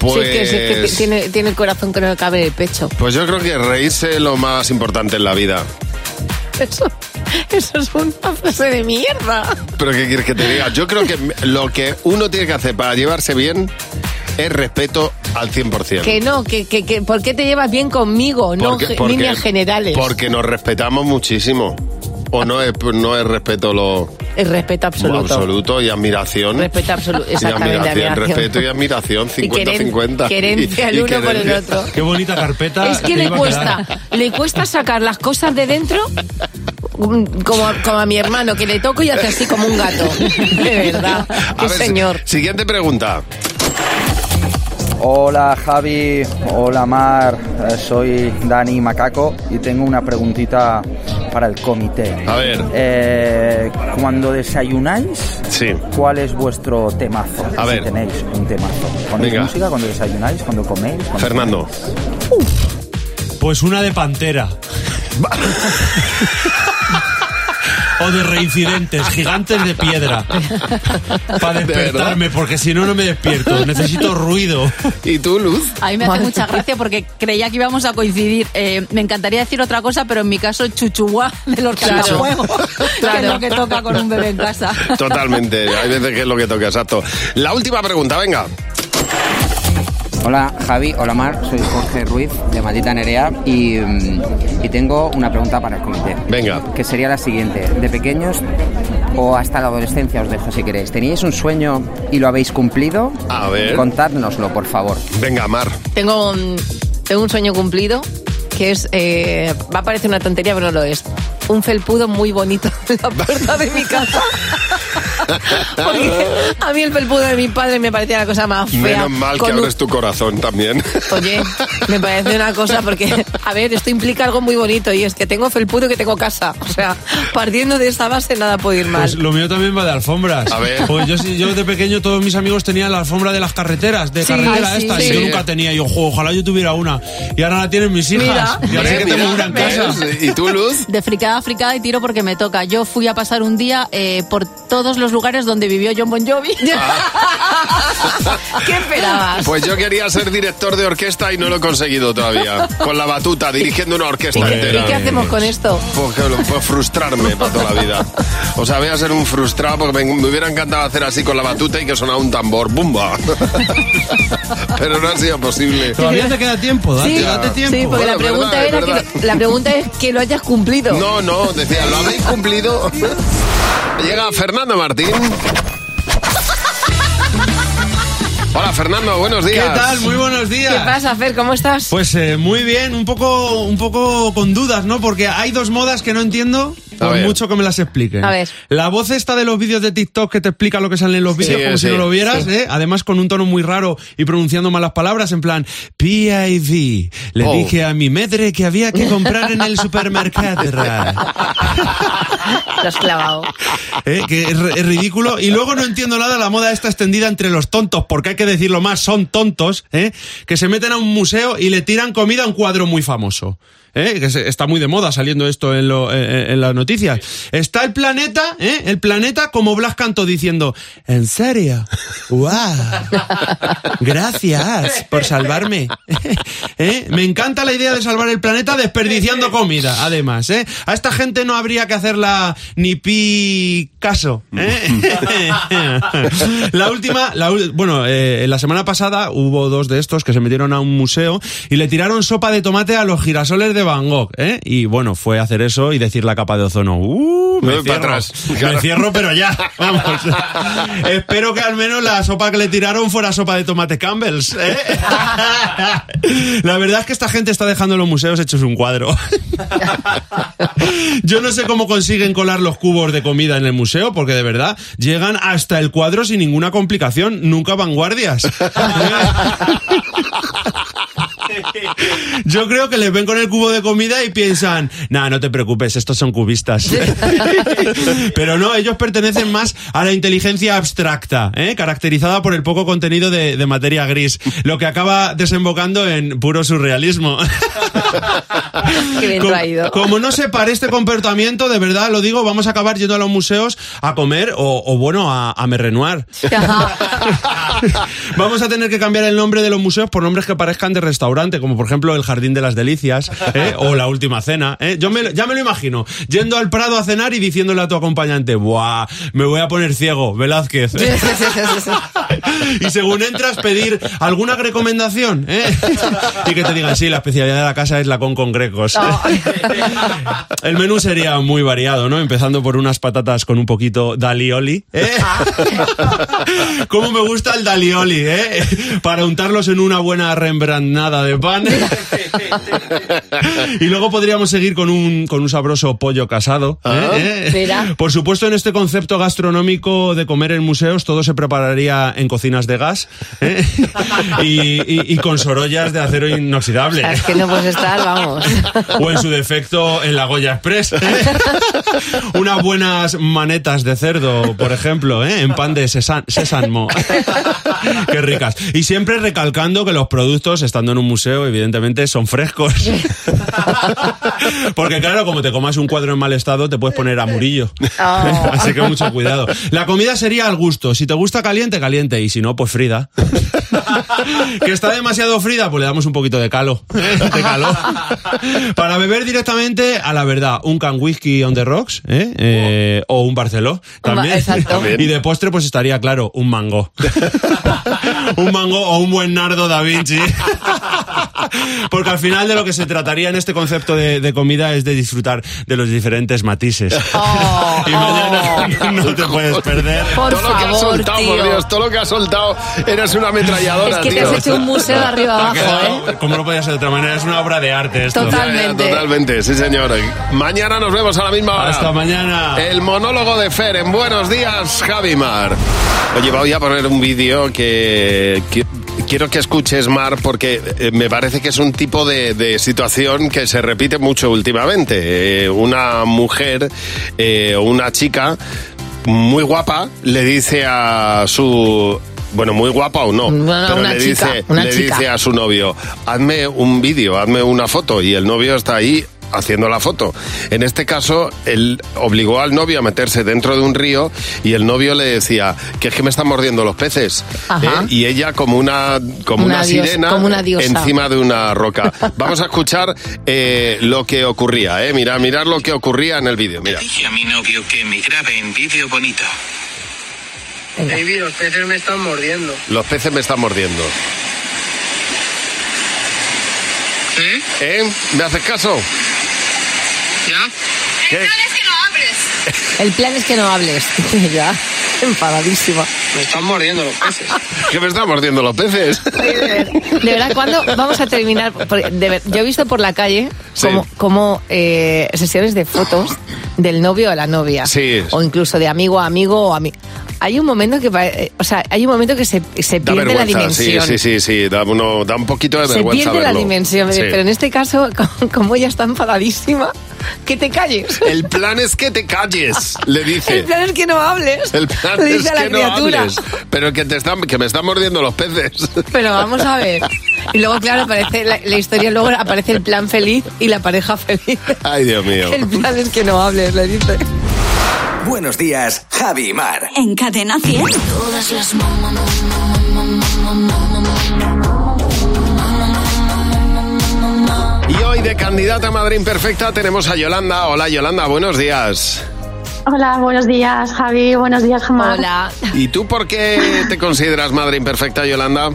Speaker 4: Si es que, si es que
Speaker 3: Pues-
Speaker 4: tiene, tiene el corazón que no le cabe en el pecho.
Speaker 3: Pues yo creo que reírse es lo más importante en la vida.
Speaker 4: Eso, eso es una frase de mierda.
Speaker 3: Pero ¿qué quieres que te diga? Yo creo que lo que uno tiene que hacer para llevarse bien es respeto al 100%.
Speaker 4: Que no, que, que, que- ¿por qué te llevas bien conmigo? No,
Speaker 3: Porque-
Speaker 4: ge-
Speaker 3: porque-
Speaker 4: líneas generales.
Speaker 3: Porque nos respetamos muchísimo. O no es, no es respeto lo
Speaker 4: El respeto absoluto.
Speaker 3: absoluto y admiración.
Speaker 4: Respeto absoluto,
Speaker 3: Y
Speaker 4: exactamente,
Speaker 3: admiración,
Speaker 4: admiración.
Speaker 3: Respeto y admiración,
Speaker 4: Y queren-
Speaker 3: 50-50.
Speaker 4: querencia el uno por el
Speaker 3: querencia.
Speaker 4: otro.
Speaker 6: Qué bonita carpeta.
Speaker 4: Es que
Speaker 6: te
Speaker 4: le
Speaker 6: iba a
Speaker 4: cuesta,
Speaker 6: quedar.
Speaker 4: le cuesta sacar las cosas de dentro mm, como, a- como a mi hermano, que le toco y hace así como un gato. De verdad.
Speaker 3: A ver, si- Siguiente pregunta.
Speaker 29: Hola Javi, hola Mar, Eh, soy Dani Macaco y tengo una preguntita para el comité.
Speaker 3: A ver.
Speaker 29: Eh, cuando desayunáis, ¿cuál es vuestro temazo?
Speaker 3: A
Speaker 29: Si
Speaker 3: ver.
Speaker 29: tenéis un temazo. ¿Ponéis
Speaker 3: Venga.
Speaker 29: música cuando desayunáis, cuando coméis? cuando
Speaker 3: Fernando.
Speaker 6: Pues una de pantera. o de reincidentes, gigantes de piedra. Para
Speaker 14: ¿De
Speaker 6: despertarme, porque si no, no me despierto. Necesito ruido.
Speaker 3: ¿Y tú, Luz?
Speaker 14: A mí me hace mucha gracia porque creía que íbamos a coincidir. Eh, me encantaría decir otra cosa, pero en mi caso, chuchuá de los
Speaker 3: Claro.
Speaker 14: Cantafuegos, que es
Speaker 3: Claro.
Speaker 14: lo que toca con un bebé en casa.
Speaker 3: Totalmente. Hay veces que es lo que toca, exacto. La última pregunta, venga.
Speaker 16: Hola Javi, hola Mar, soy Jorge Ruiz de Maldita Nerea y, mm, y tengo una pregunta para el comité.
Speaker 3: Venga.
Speaker 16: Que sería la siguiente. De pequeños o hasta la adolescencia os dejo si queréis. ¿Teníais un sueño y lo habéis cumplido?
Speaker 3: A ver.
Speaker 16: Contádnoslo, por favor.
Speaker 3: Venga, Mar.
Speaker 4: Tengo, un- tengo un sueño cumplido que es, eh, va a parecer una tontería, pero no lo es. Un felpudo muy bonito en la puerta de mi casa. Porque a mí el felpudo de mi padre me parecía la cosa más fea.
Speaker 3: Menos mal que
Speaker 4: Con un-
Speaker 3: abres tu corazón también.
Speaker 4: Oye, me parece una cosa porque, a ver, esto implica algo muy bonito y es que tengo felpudo y que tengo casa. O sea, partiendo de esa base nada puede ir mal.
Speaker 6: Pues lo mío también va de alfombras.
Speaker 3: A ver.
Speaker 6: Pues yo, sí- yo de pequeño todos mis amigos tenían la alfombra de las carreteras, de
Speaker 4: Sí,
Speaker 6: carretera
Speaker 4: ay, sí.
Speaker 6: esta,
Speaker 4: Sí.
Speaker 6: y yo nunca tenía. Yo, "Jo, ojalá yo tuviera una. Y ahora la tienen mis hijas.
Speaker 14: Mira.
Speaker 6: y
Speaker 14: Mira,
Speaker 6: ahora sí que tengo
Speaker 14: mira,
Speaker 6: una en
Speaker 14: ¿ves?
Speaker 6: casa.
Speaker 3: ¿Y tú, Luz?
Speaker 14: De fricada a fricada y tiro porque me toca. Yo fui a pasar un día eh, por todos los lugares donde vivió John Bon Jovi.
Speaker 3: Ah.
Speaker 4: ¿Qué esperabas?
Speaker 3: Pues yo quería ser director de orquesta y no lo he conseguido todavía. Con la batuta, dirigiendo una orquesta entera.
Speaker 4: ¿Y qué hacemos con esto?
Speaker 3: Pues, que lo- pues frustrarme para toda la vida. O sea, voy a ser un frustrado porque me, me hubiera encantado hacer así con la batuta y que sonaba un tambor. ¡Bumba! Pero no ha sido posible.
Speaker 6: Todavía te queda tiempo, Pues date,
Speaker 3: Sí,
Speaker 6: date tiempo.
Speaker 4: Sí, porque la
Speaker 3: Bueno,
Speaker 4: pregunta
Speaker 3: verdad,
Speaker 4: era
Speaker 3: verdad.
Speaker 4: que lo- la pregunta es que lo hayas cumplido.
Speaker 3: No, no, decía, ¿lo habéis cumplido? Llega Fernando Martín. Hola, Fernando, buenos días.
Speaker 6: ¿Qué tal? Muy buenos días.
Speaker 4: ¿Qué pasa, Fer? ¿Cómo estás?
Speaker 6: Pues eh, muy bien, un poco, un poco con dudas, ¿no? Porque hay dos modas que no entiendo, por mucho que me las expliquen.
Speaker 4: A ver.
Speaker 6: La voz esta de los vídeos de TikTok que te explica lo que sale en los vídeos
Speaker 3: Sí,
Speaker 6: como
Speaker 3: sí,
Speaker 6: si no lo vieras,
Speaker 3: sí.
Speaker 6: ¿eh? Además con un tono muy raro y pronunciando malas palabras, en plan, PID, le
Speaker 3: Oh.
Speaker 6: dije a mi madre que había que comprar en el supermercado.
Speaker 4: Lo has clavado.
Speaker 6: ¿eh? Que es, r- es ridículo. Y luego no entiendo nada la moda esta extendida entre los tontos, porque hay que decirlo más, son tontos, ¿eh? que se meten a un museo y le tiran comida a un cuadro muy famoso. ¿eh? Que se- está muy de moda saliendo esto en, lo- en- en las noticias. Está el planeta, ¿eh? el planeta como Blas Canto diciendo, ¿en serio? ¡Guau! Gracias por salvarme. ¿Eh? Me encanta la idea de salvar el planeta desperdiciando comida, además. ¿eh? A esta gente no habría que hacerla ni pi caso. ¿eh? La última, la ul- bueno, eh, la semana pasada hubo dos de estos que se metieron a un museo y le tiraron sopa de tomate a los girasoles de Van Gogh. ¿eh? Y bueno, fue hacer eso y decir la capa de ozono. ¡Uh! Me
Speaker 3: Voy para
Speaker 6: cierro,
Speaker 3: atrás.
Speaker 6: me cierro, pero ya. Vamos. Espero que al menos la sopa que le tiraron fuera sopa de tomate Campbell's. ¿eh? La verdad es que esta gente está dejando los museos hechos un cuadro. Yo no sé cómo consiguen colar los cubos de comida en el museo, porque de verdad llegan hasta el cuadro sin ninguna complicación, nunca vanguardias. Yo creo que les ven con el cubo de comida y piensan, nah, no te preocupes, estos son cubistas. Pero no, ellos pertenecen más a la inteligencia abstracta, ¿eh? caracterizada por el poco contenido de, de materia gris, lo que acaba desembocando en puro surrealismo.
Speaker 4: Qué bien
Speaker 6: Com-
Speaker 4: traído.
Speaker 6: Como no se pare este comportamiento, de verdad lo digo, vamos a acabar yendo a los museos a comer o, o bueno, a, a merrenuar. Vamos a tener que cambiar el nombre de los museos por nombres que parezcan de restaurante, como por ejemplo el Jardín de las Delicias ¿eh? o la Última Cena. ¿eh? Yo me lo- ya me lo imagino, yendo al Prado a cenar y diciéndole a tu acompañante, ¡buah! Me voy a poner ciego, Velázquez. y según entras, pedir alguna recomendación ¿eh? y que te digan, sí, la especialidad de la casa es la con con grecos. El menú sería muy variado, ¿no? Empezando por unas patatas con un poquito dalioli. ¿eh? ¿Cómo me gusta el dalioli, eh? Para untarlos en una buena rembrandada de pan. Y luego podríamos seguir con un, con un sabroso pollo casado. ¿eh?
Speaker 21: Ah.
Speaker 6: ¿Eh?
Speaker 21: Verá.
Speaker 6: Por supuesto, en este concepto gastronómico de comer en museos, todo se prepararía en cocinas de gas ¿eh? y, y- y con sorollas de acero inoxidable.
Speaker 4: Es que no puedes estar, vamos.
Speaker 6: O en su defecto en la Goya Express. Unas buenas manetas de cerdo, por ejemplo, ¿eh? en pan de sesan- sésamo. Qué ricas. Y siempre recalcando que los productos, estando en un museo, evidentemente son frescos. Porque claro, como te comas un cuadro en mal estado, te puedes poner a murillo. Así que mucho cuidado. La comida sería al gusto. Si te gusta caliente, caliente. Y si no, pues frida. que está demasiado frida, pues le damos un poquito de calo. ¿eh? De calor. Para beber directamente, a la verdad, un can whisky on the rocks, ¿eh? Eh, o un barceló. También.
Speaker 4: exacto. También.
Speaker 6: Y de postre, pues estaría claro, un mango. un mango o un buen nardo da Vinci. Porque al final de lo que se trataría en este concepto de, de comida es de disfrutar de los diferentes matices.
Speaker 4: Oh.
Speaker 6: y mañana no te puedes perder.
Speaker 3: todo lo que
Speaker 4: favor,
Speaker 3: has soltado, por
Speaker 4: tío.
Speaker 3: Dios, todo lo que has soltado eres una
Speaker 4: Es
Speaker 3: ametralladora,
Speaker 4: que te
Speaker 3: tío.
Speaker 4: has hecho un museo de arriba
Speaker 6: Ha
Speaker 4: abajo, ¿eh?
Speaker 6: quedado- Como no podía ser de otra manera, es una obra de arte esto.
Speaker 3: Totalmente, sí, señor. Mañana nos vemos a la misma hora.
Speaker 6: Hasta mañana.
Speaker 3: El monólogo de Fer en Buenos Días, Javimar. Oye, voy a poner un vídeo que, que- quiero que escuches, Mar, porque eh, me parece que es un tipo de, de situación que se repite mucho últimamente. Eh, una mujer eh, o una chica muy guapa le dice a su... Bueno, muy guapa o no,
Speaker 4: Bueno,
Speaker 3: pero
Speaker 4: una
Speaker 3: le,
Speaker 4: chica,
Speaker 3: dice,
Speaker 4: una
Speaker 3: le
Speaker 4: chica.
Speaker 3: dice a su novio, hazme un vídeo, hazme una foto, y el novio está ahí haciendo la foto. En este caso, él obligó al novio a meterse dentro de un río y el novio le decía que es que me están mordiendo los peces.
Speaker 4: Ajá.
Speaker 3: ¿eh? Y ella como una, como
Speaker 4: Una
Speaker 3: una,
Speaker 4: diosa,
Speaker 3: sirena
Speaker 4: como una diosa.
Speaker 3: encima de una roca. Vamos a escuchar eh, lo que ocurría, ¿eh? Mirad, mirad lo que ocurría en el vídeo, mira.
Speaker 22: Dije a mi novio que me grabe en vídeo bonito.
Speaker 24: Baby, los peces me están mordiendo.
Speaker 3: Los peces me están mordiendo. ¿Eh? ¿Me haces caso?
Speaker 24: ¿Ya?
Speaker 3: ¿Qué?
Speaker 24: que no hables.
Speaker 4: El plan es que no hables. ya, enfadadísima.
Speaker 24: Me están mordiendo los peces.
Speaker 3: Que me están mordiendo los peces.
Speaker 4: De verdad, ¿cuándo vamos a terminar? Porque, de ver- yo he visto por la calle
Speaker 3: Sí.
Speaker 4: como, como, eh, sesiones de fotos del novio a la novia.
Speaker 3: Sí.
Speaker 4: O incluso de amigo a amigo o ami- Hay un momento que, va- eh, o sea, hay un momento que se, se
Speaker 3: Da
Speaker 4: pierde la
Speaker 3: vergüenza, sí,
Speaker 4: dimensión.
Speaker 3: sí, sí, sí, da, uno, da un poquito de
Speaker 4: Se
Speaker 3: vergüenza.
Speaker 4: pierde la
Speaker 3: verlo.
Speaker 4: dimensión,
Speaker 3: Sí.
Speaker 4: pero en este caso, como- como ella está enfadadísima, que te calles.
Speaker 3: El plan es que te calles, le dice.
Speaker 4: El plan es que no hables.
Speaker 3: El plan
Speaker 4: le
Speaker 3: es
Speaker 4: dice a la
Speaker 3: que no
Speaker 4: criatura.
Speaker 3: hables, pero que te están, que me están mordiendo los peces.
Speaker 4: Pero vamos a ver. Y luego, claro, aparece la, la historia, luego aparece el plan feliz y la pareja feliz.
Speaker 3: Ay, Dios mío.
Speaker 4: El plan es que no hables, le dice.
Speaker 2: Buenos días, Javi y Mar.
Speaker 1: En Cadena 100. Todas las
Speaker 3: Y hoy de candidata a Madrid Imperfecta tenemos a Yolanda. Hola Yolanda, buenos días.
Speaker 32: Hola, buenos días, Javi. Buenos días, Jamás.
Speaker 4: Hola.
Speaker 3: ¿Y tú por qué te consideras Madre Imperfecta, Yolanda?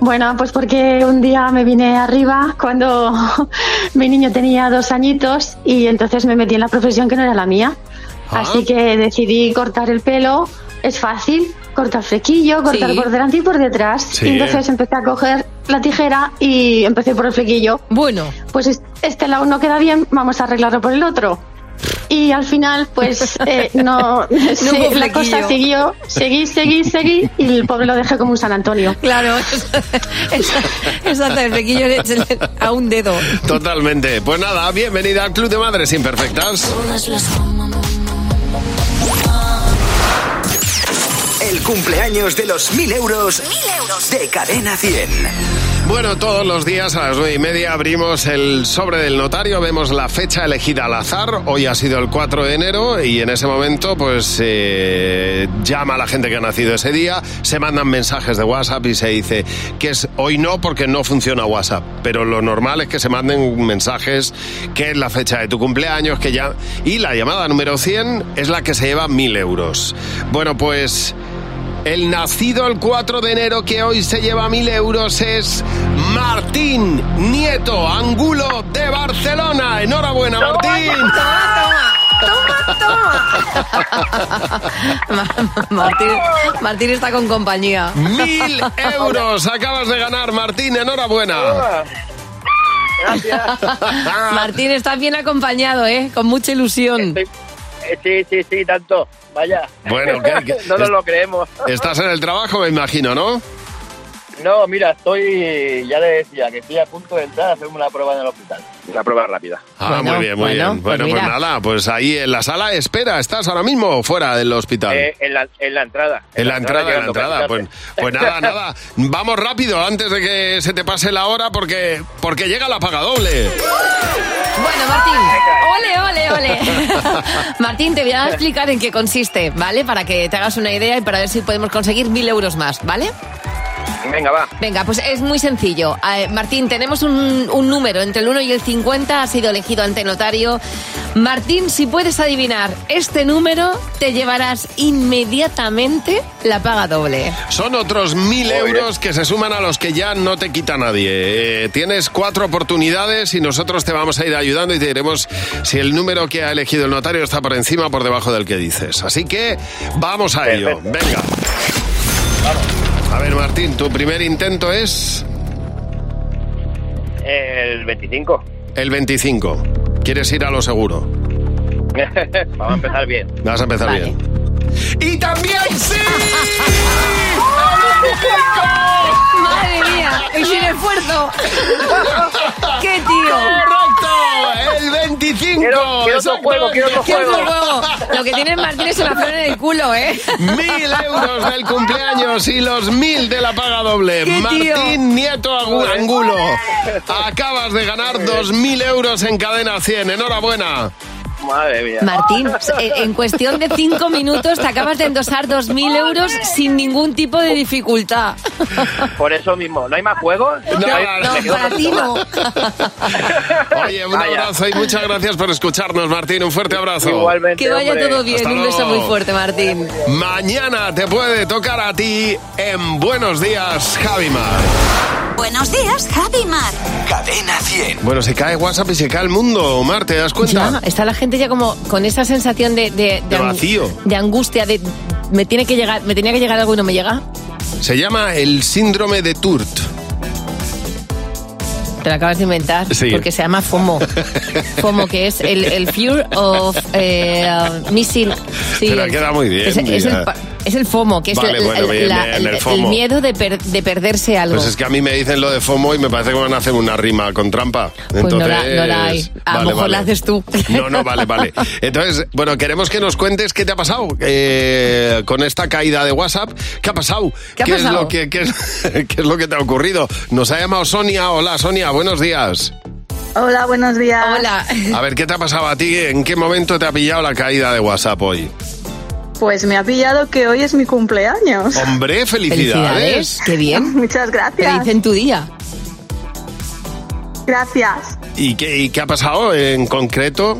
Speaker 32: Bueno, pues porque un día me vine arriba cuando mi niño tenía dos añitos y entonces me metí en la profesión que no era la mía. Así que decidí cortar el pelo. Es fácil, cortar flequillo, cortar
Speaker 4: Sí.
Speaker 32: por delante y por detrás.
Speaker 4: Sí.
Speaker 32: Y entonces empecé a coger la tijera y empecé por el flequillo.
Speaker 4: Bueno.
Speaker 32: Pues es- este lado no queda bien, vamos a arreglarlo por el otro. y al final pues eh, no,
Speaker 34: No
Speaker 32: sí,
Speaker 34: hubo
Speaker 32: la cosa
Speaker 34: flequillo.
Speaker 32: siguió, seguí, seguí, seguí y el pobre lo dejé como un San Antonio.
Speaker 34: Claro, exacto, el flequillo es el- a un dedo.
Speaker 3: Totalmente. Pues nada, bienvenida al Club de Madres Imperfectas.
Speaker 2: El cumpleaños de los 1000 euros, de Cadena 100.
Speaker 3: Bueno, todos los días a las nueve y media abrimos el sobre del notario, vemos la fecha elegida al azar. Hoy ha sido el 4 de enero y en ese momento, pues eh, llama a la gente que ha nacido ese día, se mandan mensajes de WhatsApp y se dice que es hoy no porque no funciona WhatsApp, pero lo normal es que se manden mensajes que es la fecha de tu cumpleaños, que ya y la llamada número 100 es la que se lleva 1000 euros. Bueno, pues el nacido el 4 de enero que hoy se lleva mil euros es Martín Nieto Angulo de Barcelona. Enhorabuena, Martín.
Speaker 4: Martín, Martín está con compañía.
Speaker 3: Mil euros acabas de ganar, Martín. Enhorabuena.
Speaker 4: Martín, estás bien acompañado, ¿eh? Con mucha ilusión.
Speaker 5: Eh, Sí, sí, sí, tanto. Vaya.
Speaker 3: Bueno, ¿qué- qué-
Speaker 5: no nos lo creemos.
Speaker 3: Estás en el trabajo, me imagino, ¿no?
Speaker 5: No, mira, estoy, ya le decía, que estoy a punto de entrar a hacerme una prueba en el hospital. Una prueba rápida.
Speaker 3: Ah, muy bien, muy bien. Bueno, pues,
Speaker 5: mira.
Speaker 3: nada, pues ahí en la sala de espera, ¿estás ahora mismo o fuera del hospital?
Speaker 5: Eh, en, la, en la entrada.
Speaker 3: En la entrada, en la entrada. Pues, pues nada, nada. Vamos rápido antes de que se te pase la hora porque, porque llega la paga doble.
Speaker 4: Bueno, Martín, ole, ole, ole. Martín, te voy a explicar en qué consiste, ¿vale? Para que te hagas una idea y para ver si podemos conseguir mil euros más, ¿vale?
Speaker 5: Venga, va.
Speaker 4: Venga, pues es muy sencillo. Eh, Martín, tenemos un, un número entre el 1 y el 50, ha sido elegido ante notario. Martín, si puedes adivinar este número, te llevarás inmediatamente la paga doble.
Speaker 3: Son otros mil euros que se suman a los que ya no te quita nadie. Eh, tienes cuatro oportunidades y nosotros te vamos a ir ayudando y te diremos si el número que ha elegido el notario está por encima o por debajo del que dices. Así que vamos a ello. Venga. A ver, Martín, tu primer intento es
Speaker 5: El 25.
Speaker 3: el 25. ¿Quieres ir a lo seguro?
Speaker 5: Vamos a empezar bien.
Speaker 3: Vas a empezar
Speaker 5: Vale.
Speaker 3: bien.
Speaker 5: ¡Y también sí!
Speaker 4: Madre mía, y sin esfuerzo. ¡Qué tío!
Speaker 3: ¡Correcto! ¡El 25!
Speaker 5: Quiero- quiero otro juego, quiero otro
Speaker 4: ¡Qué
Speaker 5: juego.
Speaker 4: juego! Lo que tiene Martín es una flor en el culo, ¿eh?
Speaker 3: Mil euros del cumpleaños y los mil de la paga doble.
Speaker 4: ¡Qué
Speaker 3: Martín
Speaker 4: tío!
Speaker 3: Nieto Agu- Angulo. Acabas de ganar dos mil euros en cadena 100. Enhorabuena.
Speaker 5: Madre mía.
Speaker 4: Martín, eh, en cuestión de cinco minutos te acabas de endosar 2.000 euros sin ningún tipo de dificultad.
Speaker 5: Por eso mismo. ¿No hay más juegos?
Speaker 3: No,
Speaker 5: Hay-
Speaker 3: no,
Speaker 5: me quedo
Speaker 3: para
Speaker 5: con
Speaker 3: ti
Speaker 5: todas.
Speaker 3: Oye, un abrazo y muchas gracias por escucharnos, Martín. Un fuerte abrazo.
Speaker 5: Igualmente,
Speaker 4: Que vaya todo bien.
Speaker 3: Hasta
Speaker 4: Un beso
Speaker 3: luego.
Speaker 4: muy fuerte, Martín.
Speaker 3: Mañana te puede tocar a ti en Buenos Días, Javimar.
Speaker 1: Buenos días, Javi Mar.
Speaker 2: Cadena 100.
Speaker 3: Bueno, se cae WhatsApp y se cae el mundo, Omar, ¿te das cuenta?
Speaker 4: Ya, está la gente ya como con esa sensación de... De,
Speaker 3: De
Speaker 4: ang-
Speaker 3: vacío.
Speaker 4: De angustia, de... Me, tiene que llegar, me tenía que llegar algo y no me llega.
Speaker 3: Se llama el síndrome de Tourette.
Speaker 4: Te lo acabas de inventar.
Speaker 3: Sí.
Speaker 4: Porque se llama FOMO. FOMO, que es el, el Fear of eh, uh, Missing. Sí,
Speaker 3: Pero
Speaker 4: el-
Speaker 3: queda muy bien,
Speaker 4: Es, es el,
Speaker 3: mira.
Speaker 4: pa- es el FOMO, que es
Speaker 3: Vale,
Speaker 4: la-
Speaker 3: bueno,
Speaker 4: la-
Speaker 3: bien,
Speaker 4: la-
Speaker 3: bien,
Speaker 4: el,
Speaker 3: el
Speaker 4: el
Speaker 3: FOMO.
Speaker 4: miedo de, per- de perderse algo.
Speaker 3: Pues es que a mí me dicen lo de FOMO y me parece que van a hacer una rima con trampa.
Speaker 4: Pues no la- no la hay. A lo
Speaker 3: vale,
Speaker 4: mejor la
Speaker 3: vale.
Speaker 4: haces tú.
Speaker 3: No, no, vale, vale. Entonces, bueno, queremos que nos cuentes qué te ha pasado eh, con esta caída de WhatsApp. ¿Qué ha pasado?
Speaker 4: ¿Qué ha
Speaker 3: es
Speaker 4: pasado?
Speaker 3: lo que, qué es- qué es lo que te ha ocurrido? Nos ha llamado Sonia. Hola, Sonia, buenos días.
Speaker 35: Hola, buenos días.
Speaker 4: Hola.
Speaker 3: A ver, ¿qué te ha pasado a ti? ¿En qué momento te ha pillado la caída de WhatsApp hoy?
Speaker 35: Pues me ha pillado que hoy es mi cumpleaños.
Speaker 3: Hombre, felicidades.
Speaker 4: Qué bien.
Speaker 35: Muchas gracias.
Speaker 4: Feliz en tu día.
Speaker 35: Gracias.
Speaker 3: ¿Y qué, ¿Y qué ha pasado en concreto?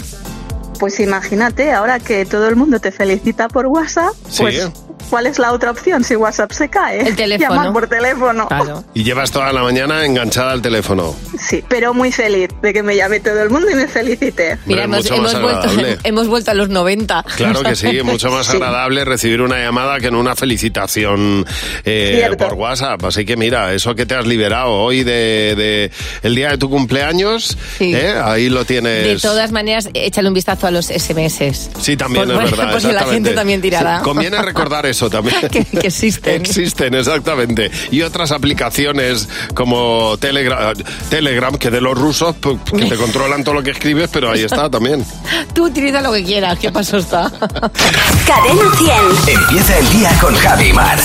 Speaker 35: Pues imagínate, ahora que todo el mundo te felicita por WhatsApp,
Speaker 3: Sí.
Speaker 35: pues ¿Cuál es la otra opción si WhatsApp se cae? El
Speaker 25: teléfono.
Speaker 35: Llamar por teléfono.
Speaker 3: Y llevas toda la mañana enganchada al teléfono.
Speaker 35: Sí, pero muy feliz de que me llame todo el mundo y me felicite.
Speaker 3: Mira, Hombre, hemos- mucho más hemos vuelto- agradable.
Speaker 4: Hemos vuelto a los 90.
Speaker 3: Claro que sí, es mucho más
Speaker 4: Sí.
Speaker 3: agradable recibir una llamada que en una felicitación eh,
Speaker 4: Cierto.
Speaker 3: por WhatsApp. Así que mira, eso que te has liberado hoy de, de el día de tu cumpleaños,
Speaker 4: Sí.
Speaker 3: ¿eh? ahí lo
Speaker 4: De
Speaker 3: tienes.
Speaker 4: todas maneras, échale un vistazo a los SMS.
Speaker 3: Sí, también
Speaker 4: Por- por-
Speaker 3: es verdad.
Speaker 4: por si la
Speaker 3: exactamente.
Speaker 4: gente también tirará.
Speaker 3: Sí, Conviene recordar eso también.
Speaker 4: Que, que existen.
Speaker 3: Existen, exactamente. Y otras aplicaciones como Telegram, Telegram que de los rusos, pu- que te controlan todo lo que escribes, pero ahí está también.
Speaker 4: Tú utiliza lo que quieras, qué paso está.
Speaker 2: Cadena 100. Empieza el día con Javi Mar.